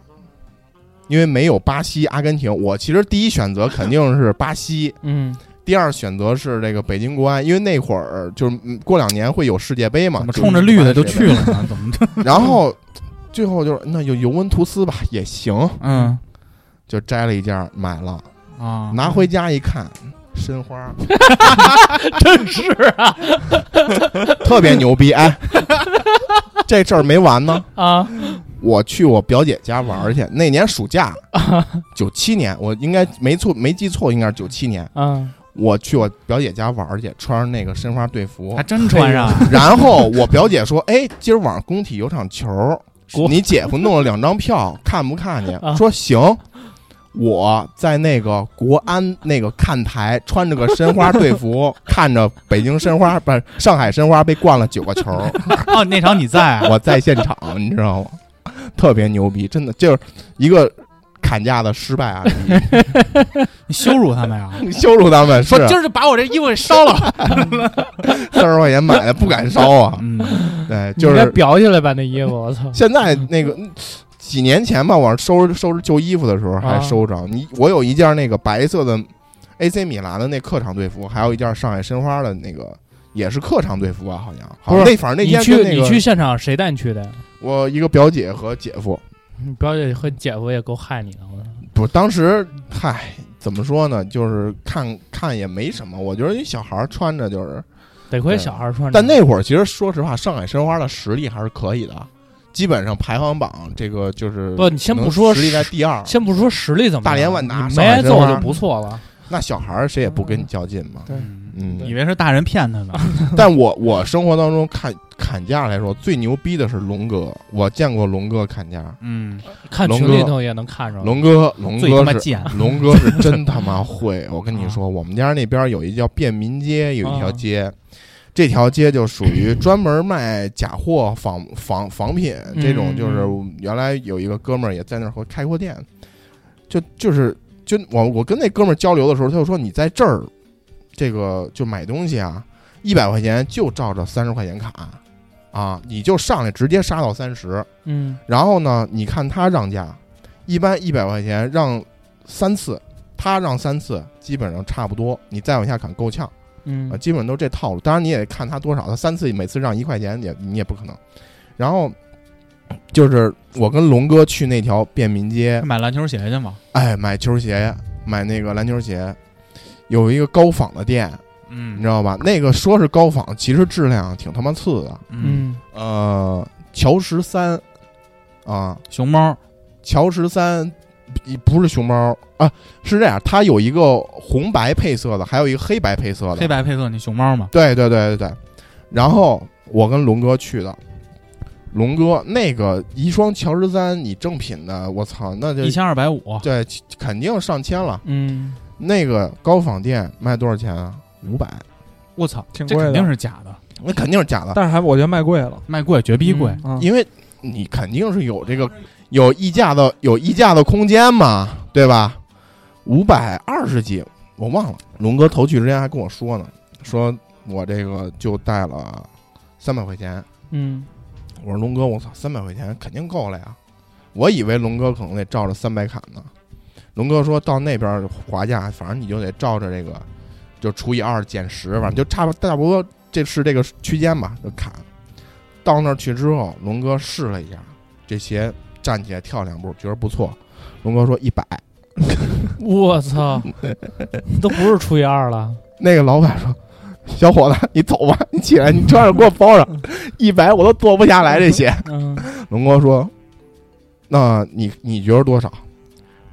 因为没有巴西、阿根廷，我其实第一选择肯定是巴西，
嗯，
第二选择是这个北京国安，因为那会儿就是嗯过两年会有世界杯嘛，
怎么
就是
冲着绿的就
世界杯
去了呢？怎
[LAUGHS]
么就
[LAUGHS]
然后最后就是那有尤文图斯吧也行，
嗯
就摘了一件儿买了，
啊？
拿回家一看，申花
[LAUGHS] 真是啊
[LAUGHS] 特别牛逼，哎，这事儿没完呢。
啊，
我去我表姐家玩儿去，那年暑假，九七年，我应该没错没记错，应该是九七年，
嗯
我去我表姐家玩儿去，穿上那个申花队服
还，真穿上啊 [LAUGHS] 了，
然后我表姐说：“哎，今儿晚上工体有场球儿，
国
你姐夫弄了两张票，看不看去？”
啊
说行。我在那个国安那个看台，穿着个申花队服， [LAUGHS] 看着北京申花不是上海申花被灌了九个
[LAUGHS]
球儿，
哦，
[LAUGHS]
那场你在啊？
我在现场，你知道吗？特别牛逼，真的就是一个砍价的失败案例，
你羞辱他们呀！
[LAUGHS] 羞辱他们是
说今儿就把我这衣服给烧
[LAUGHS]
了。
四十块钱买的，不敢烧啊。
嗯，
对，
你
就
该
是
裱起来吧那衣服，我操！
现在那个嗯几年前吧，我收拾收拾旧衣服的时候还
啊
收着。你我有一件那个白色的 AC 米兰的那客场队服，还有一件上海申花的那个。也是客场队服吧，啊好像好像
不是
那反 [LAUGHS] 正那
你
天
去
跟那
你
个
去现场谁带你去的呀？
我一个表姐和姐夫，
你表姐和姐夫也够害你的，我操！
不，当时嗨，怎么说呢？就是看看也没什么，我觉得一小孩儿穿着就是，
得亏
对
小孩儿穿着。
但那会儿其实说实话，上海申花的实力还是可以的，啊基本上排行榜这个就是
不你先不
能
说
实力
实
在第二，
先不说实力怎么样，
大连万达
你
上海
没
申
揍
花
就不错了。
那小孩儿谁也不跟你较劲嘛。
对
[LAUGHS] 嗯
以为是大人骗他呢。
但我我生活当中砍砍价来说，最牛逼的是龙哥，我见过龙哥砍价，
嗯，
看
龙
群
哥
里头也能看着。
龙哥龙
最他
哥
妈
是
贱。
龙哥是真他妈会，
[LAUGHS]
我跟
啊
你说，我们家那边有一叫便民街，有一条街，这条街就属于专门卖假货、仿仿仿品这种，
嗯
就是原来有一个哥们儿也在那儿和开过店，就就是就我我跟那哥们儿交流的时候，他就说你在这儿这个就买东西啊，一百块钱就照着三十块钱砍啊，你就上来直接杀到三十，
嗯，
然后呢，你看他让价，一般一百块钱让三次，他让三次，基本上差不多。你再往下砍够呛啊、
嗯
基本都这套路。当然你也看他多少，他三次每次让一块钱也你也不可能。然后就是我跟龙哥去那条便民街，
买篮球鞋去嘛。
哎，买球鞋，买那个篮球鞋，有一个高仿的店，
嗯
你知道吧？那个说是高仿，其实质量挺他妈次的。
嗯，
嗯，
呃，乔十三啊，
熊猫
乔十三不不是熊猫啊，是这样，它有一个红白配色的，还有一个黑白配色的。
黑。白配色那熊猫嘛。
对对对对对。然后我跟龙哥去的，龙哥那个一双乔十三，你正品的，我操，那就
一千二百五，
对，肯定上千了。
嗯，
那个高仿店卖多少钱啊？五百，
我操，
挺
这
贵
肯
的
定是假的，
那肯定是假的，
但是还我觉得卖贵了，
卖贵绝逼贵。
嗯
嗯，
因为你肯定是有这个有溢价的有溢价的空间嘛，对吧？五百二十几，我忘了。龙哥投去之前还跟我说呢，说我这个就带了三百块钱。
嗯，
我说龙哥，我操，三百块钱肯定够了呀！我以为龙哥可能得照着三百砍呢。龙哥说到那边划价，反正你就得照着这个，就除以二减十，反正就差不差不多，这是这个区间吧，就砍。到那儿去之后，龙哥试了一下，这鞋站起来跳两步，觉得不错。龙哥说一百，
我操，都不是除以二了，
那个老板说：“小伙子，你走吧，你起来，你穿上给我包上，一百我都坐不下来这鞋。”
嗯，
龙哥说：“那你你觉得多少？”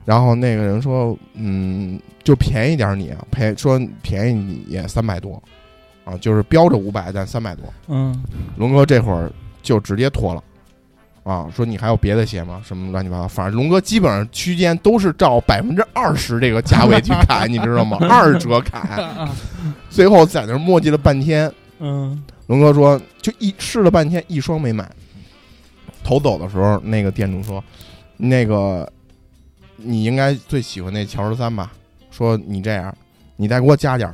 然后那个人说：“嗯，就便宜点儿你，赔说便宜你也三百多，啊，就是标着五百，但三百多。
嗯，”
龙哥这会儿就直接脱了，啊，说你还有别的鞋吗？什么乱七八糟，反正龙哥基本上区间都是照百分之二十这个价位去砍，你知道吗？二折砍，最后在那儿磨叽了半天，
嗯，
龙哥说，就一试了半天，一双没买。头走的时候，那个店主说：“那个，你应该最喜欢那乔十三吧？说你这样，你再给我加点儿，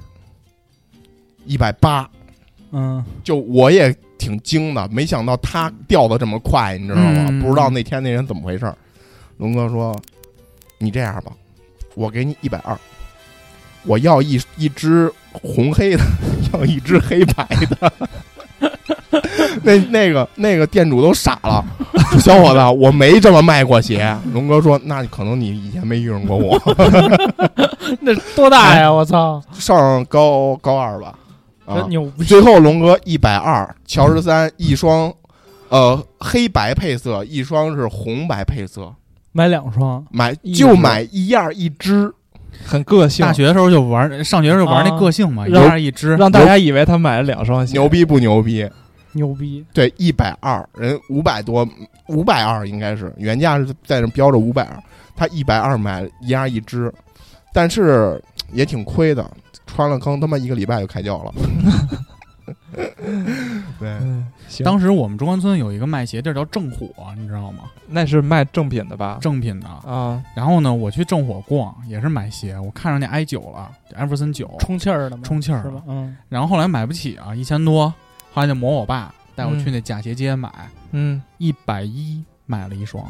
一百八。
嗯，”
就我也挺惊的，没想到他掉的这么快，你知道吗？
嗯
不知道那天那人怎么回事儿。龙哥说：“你这样吧，我给你一百二，我要一一只红黑的， [LAUGHS] 要一只黑白的。 [LAUGHS] 那那个那个店主都傻了， [LAUGHS] 说小伙子，我没这么卖过鞋。龙哥说：“那可能你以前没遇上过我。
那多大呀，我操，”
上高高二吧，啊
真，牛逼，
最后龙哥一百二，乔十三一双，呃，黑白配色，一双是红白配色，
买两双，
买
一
就
人
买一样一只，
很个性
大，学的时候就玩，上学的时候玩那个性嘛，
啊
一样一只。
让大家以为他买了两双鞋，
牛逼不牛逼？
牛逼，
对，一百二，人五百多，五百二应该是原价是在那标着五百二，他一百二买一样一只，但是也挺亏的，穿了坑他妈一个礼拜就开胶了。对，
嗯，行，
当时我们中关村有一个卖鞋地儿叫正火，你知道吗？
那是卖正品的吧？
正品的。
啊，
然后呢，我去正火逛，也是买鞋，我看上那 i 九了，艾弗森九，
充气儿的嘛，
哦充气儿
是吧？嗯，
然后后来买不起啊，一千多，后来就磨我爸带我
嗯
去那假鞋街买，
嗯，
一百一买了一双，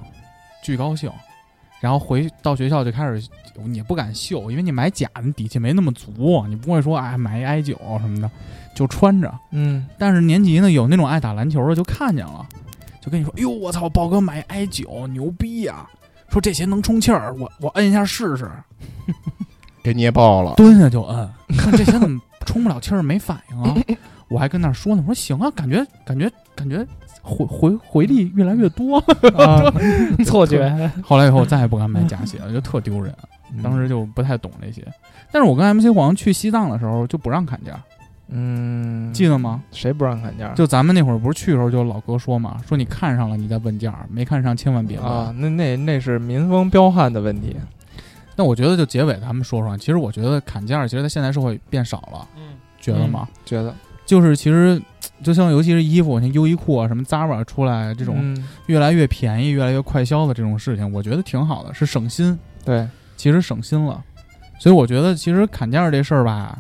巨高兴。然后回到学校就开始，你也不敢秀，因为你买假的，你底气没那么足，你不会说哎买一 i 九什么的，就穿着。
嗯，
但是年级呢，有那种爱打篮球的就看见了，就跟你说：“哎呦，我操，豹哥买 i 九，牛逼呀、说这鞋能充气儿，我我摁一下试试，
给捏爆了。
蹲下就摁，看这鞋怎么充不了气儿，没反应 [LAUGHS] 啊！我还跟那儿说呢，我说行啊，感觉感觉感觉回回回力越来越多了。
啊
错觉，
[LAUGHS] 后来以后我再也不敢买假鞋了，就特丢人。当时就不太懂这些，但是我跟 MC 黄去西藏的时候就不让砍价，
嗯，
记得吗？
谁不让砍价？
就咱们那会儿不是去的时候，就老哥说嘛，说你看上了你再问价，没看上千万别问。
啊，那那那是民风彪悍的问题。
但我觉得就结尾咱们说啊说，其实我觉得砍价，其实在现代社会变少了，
嗯，
觉得吗？
觉得
嗯
就是其实就像尤其是衣服，像优衣库啊、什么 Zara 出来这
这
嗯
种越来越便宜、越来越快销的这种事情，我觉得挺好的，是省心，
对，
其实省心了。所以我觉得其实砍价这事儿吧，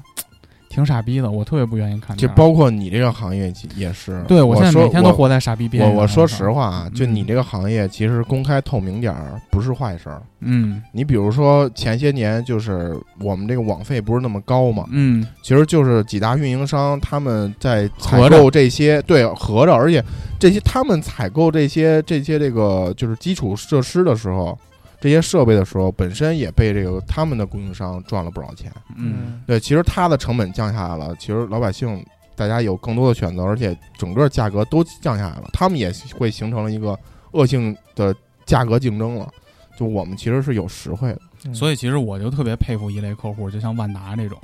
挺傻逼的，我特别不愿意砍价。
就包括你这个行业也是，
对
我
现在
说
每天都
我
活在傻逼边
我
缘。
我说实
话，
话啊，就
嗯
你这个行业，其实公开透明点儿不是坏事儿。
嗯
你比如说前些年，就是我们这个网费不是那么高嘛，
嗯，
其实就是几大运营商他们在采
合着
购这些，对，合着，而且这些他们采购这些这些这个就是基础设施的时候，这些设备的时候，本身也被这个他们的供应商赚了不少钱。
嗯，
对，其实它的成本降下来了，其实老百姓大家有更多的选择，而且整个价格都降下来了，他们也会形成了一个恶性的价格竞争了。就我们其实是有实惠的，
所以其实我就特别佩服一类客户，就像万达这种，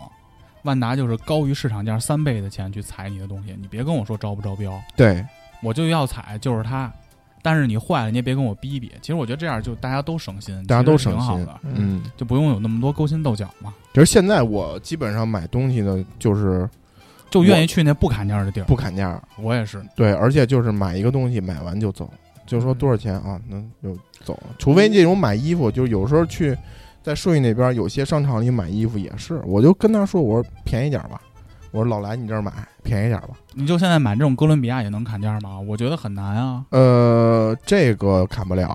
万达就是高于市场价三倍的钱去踩你的东西，你别跟我说招不招标，
对，
我就要踩就是它。但是你坏了，你也别跟我逼逼。其实我觉得这样就大家都省心，
大家都省
其实挺好
心
的，，
嗯。
就不用有那么多勾心斗角嘛，
其实现在我基本上买东西呢，就是
就愿意去那不砍价的地儿。
不砍价，
我也是，
对，而且就是买一个东西，买完就走，就说多少钱啊，那就走了。除非这种买衣服，就是有时候去在顺义那边有些商场里买衣服也是，我就跟他说，我说便宜点吧，我说老来你这儿买便宜点吧。
你就现在买这种哥伦比亚也能砍价吗？我觉得很难啊。
呃，这个砍不了，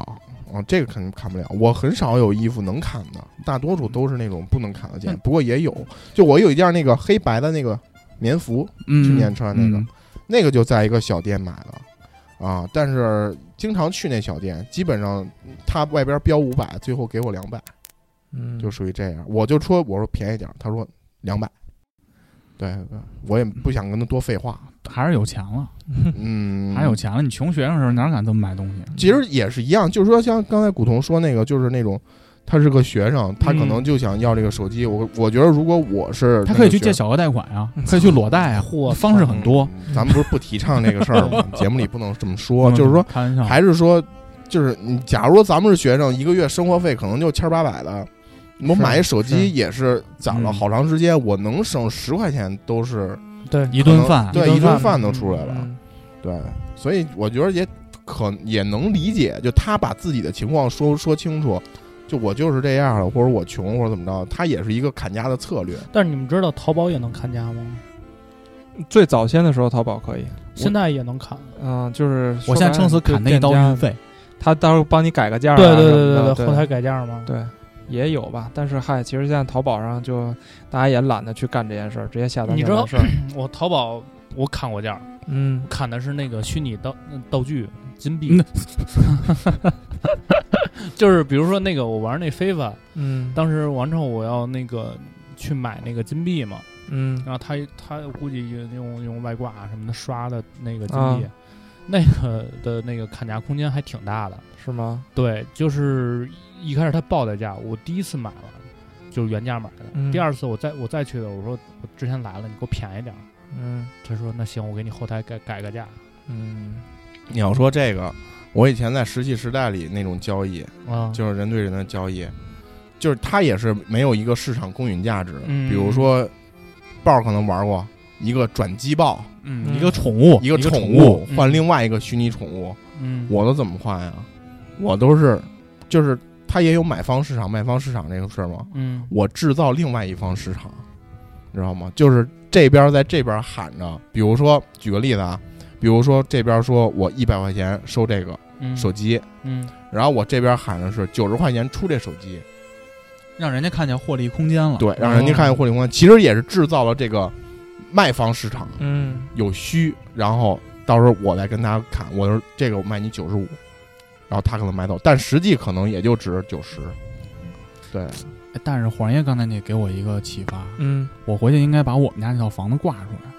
啊，这个肯定砍不了。我很少有衣服能砍的，大多数都是那种不能砍的件
嗯。
不过也有，就我有一件那个黑白的那个棉服，
嗯，
去年穿那个
嗯
那个就在一个小店买的，啊，但是经常去那小店，基本上他外边标五百，最后给我两百，
嗯，
就属于这样。我就说我说便宜点儿，他说两百，对，我也不想跟他多废话，
还是有钱了，
嗯，
还有钱了。你穷学生的时候哪敢这么买东西？
其实也是一样，就是说像刚才古潼说那个，就是那种。他是个学生，他可能就想要这个手机。我我觉得，如果我是
嗯他可以去
那个学
借小额贷
啊
款呀、可以去裸
[LAUGHS]
贷啊，
嚯
方式很多。
嗯咱们不是不提倡这个事儿
[LAUGHS]
吗？节目里不能这么说，
嗯
就是说
开玩笑，
还是说，就是你，假如咱们是学生，一个月生活费可能就千儿八百的，我买一手
是
机也是攒了
嗯
好长时间，我能省十块钱都是
对，
一顿饭，
对
一
一
顿
顿
饭
饭都出来了，
嗯
对，所以我觉得也可也能理解，就他把自己的情况说说清楚。就我就是这样了，或者我穷，或者怎么着，他也是一个砍价的策略。
但是你们知道淘宝也能砍价吗？
最早先的时候，淘宝可以，
现在也能砍。
嗯，就是
我
说
现在
白
撑死
了就
砍他一
店
刀
家
运费，
他到时候帮你改个价、啊什
对
么的，
对对
对
后台改价嘛。
对也有吧。但是嗨，其实现在淘宝上就大家也懒得去干这件事儿，直接下单
你
就
知道
完 [COUGHS] 事儿。
我淘宝我砍过价，
嗯，
砍的是那个虚拟道嗯道具金币
嗯，
[LAUGHS] 就是比如说那个我玩那非法，
嗯，
当时完之后我要那个去买那个金币嘛，
嗯
然后他他估计用用外挂啊什么的刷的那个金
啊
币，那个的那个砍价空间还挺大的。
是吗？
对，就是一开始他报的价，我第一次买了就是原价买的，
嗯
第二次我再我再去的，我说我之前来了，你给我便宜点儿。
嗯
他说那行，我给你后台改改个价。
嗯
你要说这个，我以前在石器时代里那种交易，
啊，
就是人对人的交易，就是它也是没有一个市场公允价值。
嗯
比如说，豹儿可能玩过，一个转机豹，
嗯，
嗯
一个宠物，
一个
宠
宠物
嗯
换另外一个虚拟宠物，
嗯，
我都怎么换呀？我都是，就是它也有买方市场、卖方市场这个事儿吗？
嗯
我制造另外一方市场，你知道吗？就是这边在这边喊着，比如说举个例子啊，比如说这边说我一百块钱收这个
嗯，
手机，
嗯
然后我这边喊的是九十块钱出这手机，
让人家看见获利空间了。
对，让人家看见获利空间，其实也是制造了这个卖方市场
嗯，
有虚，然后到时候我来跟他砍，我说这个我卖你九十五，然后他可能买走，但实际可能也就值九十，对，
哎但是黄爷刚才你给我一个启发，
嗯
我回去应该把我们家那套房子挂出来，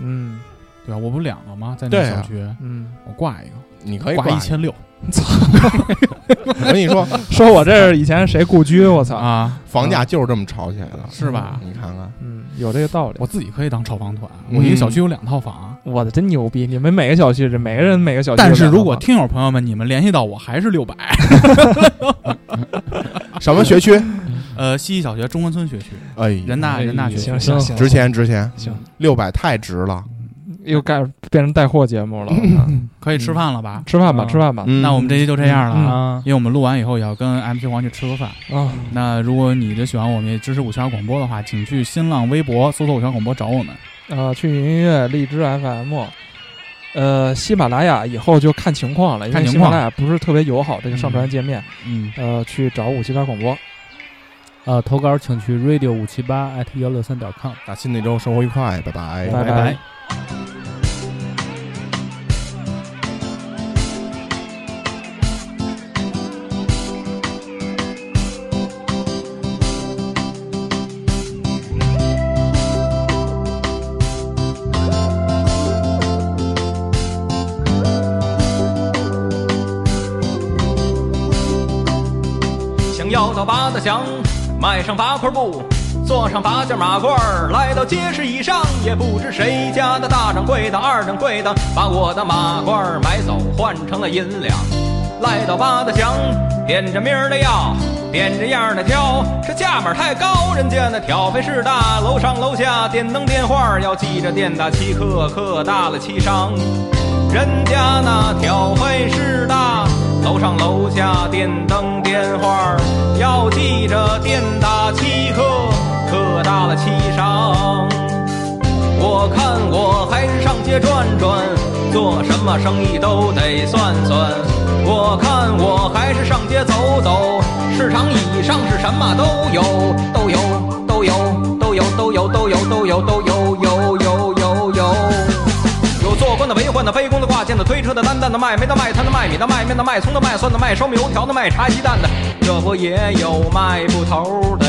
嗯
对吧？我不两个吗？在
对
那
啊
小区，
嗯，
我挂一个，
你可以
挂一千六
我跟
[LAUGHS]
你说，
说我这是以前谁故居，我操，
啊，
房价就是这么炒起来的，
是吧？啊
你看看，
嗯，有这个道理。
我自己可以当炒房团，我一个小区有两套房。
我的真牛逼！你们每个小区，这每个人每个小区都
但
两
是
套房，
如果听友朋友们你们联系到我还是六百，
什么
[LAUGHS]
学区？
呃，西溪小学中关村学区，
哎，
人大
哎
人大学
行
区，
行行，
值钱值钱，
行，
六百太值了。
又该变成带货节目 [LAUGHS] 了。我操
可以吃饭了吧？
吃饭吧，
嗯
吃饭吧。
嗯
那我们这期就这样了
嗯
啊，
啊，
因为我们录完以后也要跟 MC 黄去吃个饭。
啊，
那如果你就喜欢我们也支持五七二广播的话，请去新浪微博搜索五七二广播找我们。
啊，去云音乐、荔枝 FM，呃，喜马拉雅以后就看情况了，因
看
为
情
喜马
况
拉雅不是特别友好这个上传界面，
嗯，
呃，去找五七八广播。
呃，投稿请去 radio 五七八 at 幺六三点 com。
打新的一周生活愉快，拜拜
拜
拜
拜
想要到八大强，迈上八块布，坐上八件马褂儿，来到街市以上，也不知谁家的大掌柜的、二掌柜的把我的马褂儿买走，换成了银两。来到八大强，点着名儿的要，点着样儿的挑，这价码太高，人家那挑费事大，楼上楼下点灯电话儿，要记着店大欺客，客大了欺商。人家那挑费事大，楼上楼下电灯电话儿，要记着店大欺客，客大了欺商。我看我还是上街转转，做什么生意都得算算。我看我还是上街走走，市场以上是什么都有，都有，都有，都有，都有，都有，都有，都有，有有有有。有做官的、为官的、非公的、挂件的、推车的、担担的、卖煤的、卖炭的、卖米的、卖面的、卖葱的、卖蒜的、卖烧米油条的、卖茶鸡蛋的，这不也有卖布头的，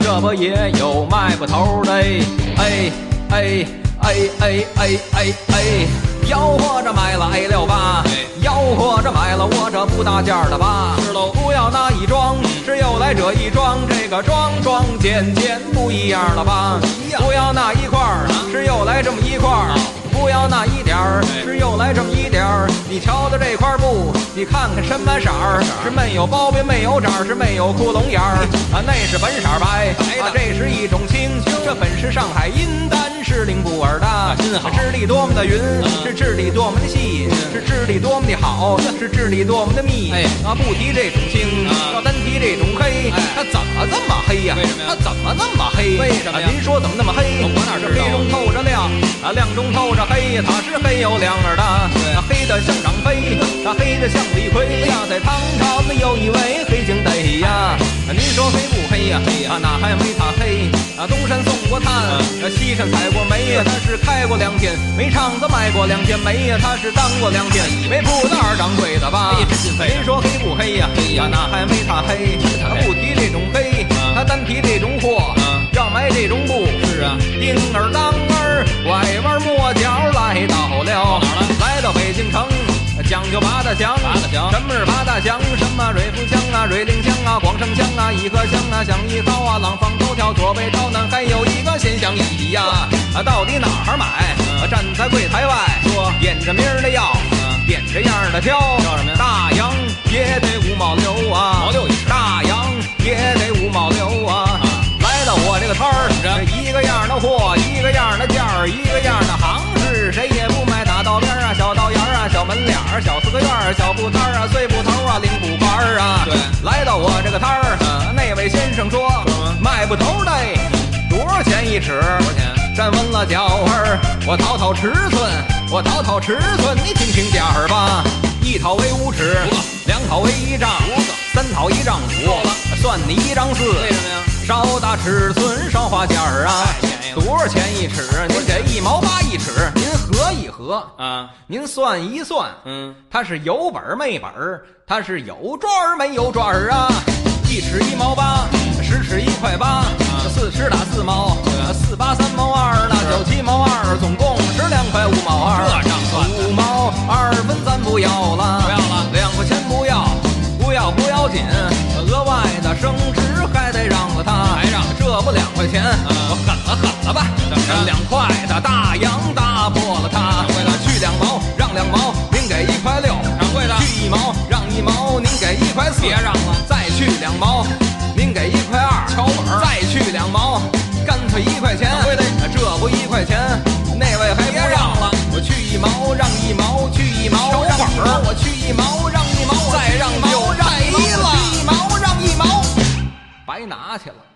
这不也有卖布头的，哎哎哎哎哎哎哎，吆喝着买了 A 六八，吆喝着买了我这不搭件儿的吧，不要那一装，只有来者一装，这个装装减减不一样了吧，不要那一块儿，只有来这么一块儿。不要那一点儿，只有来这么一点儿。你瞧瞧这块布，你看看什么色儿？是没有包边，没有褶儿，是没有窟窿眼儿。啊，那是本色儿白，啊，这是一种青，啊这本是上海阴丹，是令布尔的。质地多么的匀，是质地多么的细，是质地多么的好，是质地多么的密。啊，不提这种青，要单提这种黑，它怎么这哎么黑呀？它怎么那么黑？啊为什么呀？您说怎么那么黑？我哪知道？黑中透着亮，啊，亮中透着黑，它是黑有两耳的，那黑的像张飞，那黑的像李逵呀，在唐朝那有一位黑警匪呀，啊您说黑不黑呀？啊，哪还没他黑？啊，东山送过炭，啊，西山采过煤呀，他是开过良田，煤场子卖过良田煤呀，他是当过良田煤铺的二掌柜的吧？您说黑不黑呀？啊，哪还没他黑？他不提这种黑，他单提这种货，要买这种布。是啊，叮儿当儿，拐弯抹角来到了，来到北京城。讲究八大响，八大响，什么是八大响？什么蕊风香啊，蕊令香啊，广生香啊，一颗香啊，响一高啊，廊坊都挑，左北朝南，还有一个鲜香一提呀。啊，到底哪儿买？啊，站在柜台外，说点着名儿的要，点着样儿的嗯挑，叫什么呀？大洋也得五毛六啊，毛六嗯一大洋也得五毛六啊。来到我这个摊儿，这一个样儿的货，一个样儿的价儿，一嗯啊啊嗯
作，迈步头儿嘞，多少钱一尺？多少钱？站稳了脚儿，我讨讨尺寸，我讨讨尺寸，你听听价儿吧。一讨为五尺，两讨为一丈，三讨一丈五，算你一丈四。为什么呀？少打尺寸，少花价儿啊。多少钱一尺？您给一毛八一尺，您合一合啊，您算一算，嗯，他是有本儿没本儿，他是有砖儿没有砖儿啊。一尺一毛八，十尺一块八，四尺打四毛，四八三毛二，那九七毛二，总共十两块五毛二。这账算五毛二分咱不要了，不要了，两块钱不要，不要不要紧，额外的升值还得让了他，还让啊这不两块钱，我狠了狠了吧，这两块的大洋打破了它，去两毛让两毛，您给一块六，掌柜的去一毛让一毛，您给一块四，别让了，再去两毛，您给一块二，桥本再去两毛，干脆一块钱，这不一块钱，那位还不让了，我去一毛让一毛，去一毛让一毛，我去一毛让一毛，再让一毛让一毛，去一毛让一毛，白拿去了。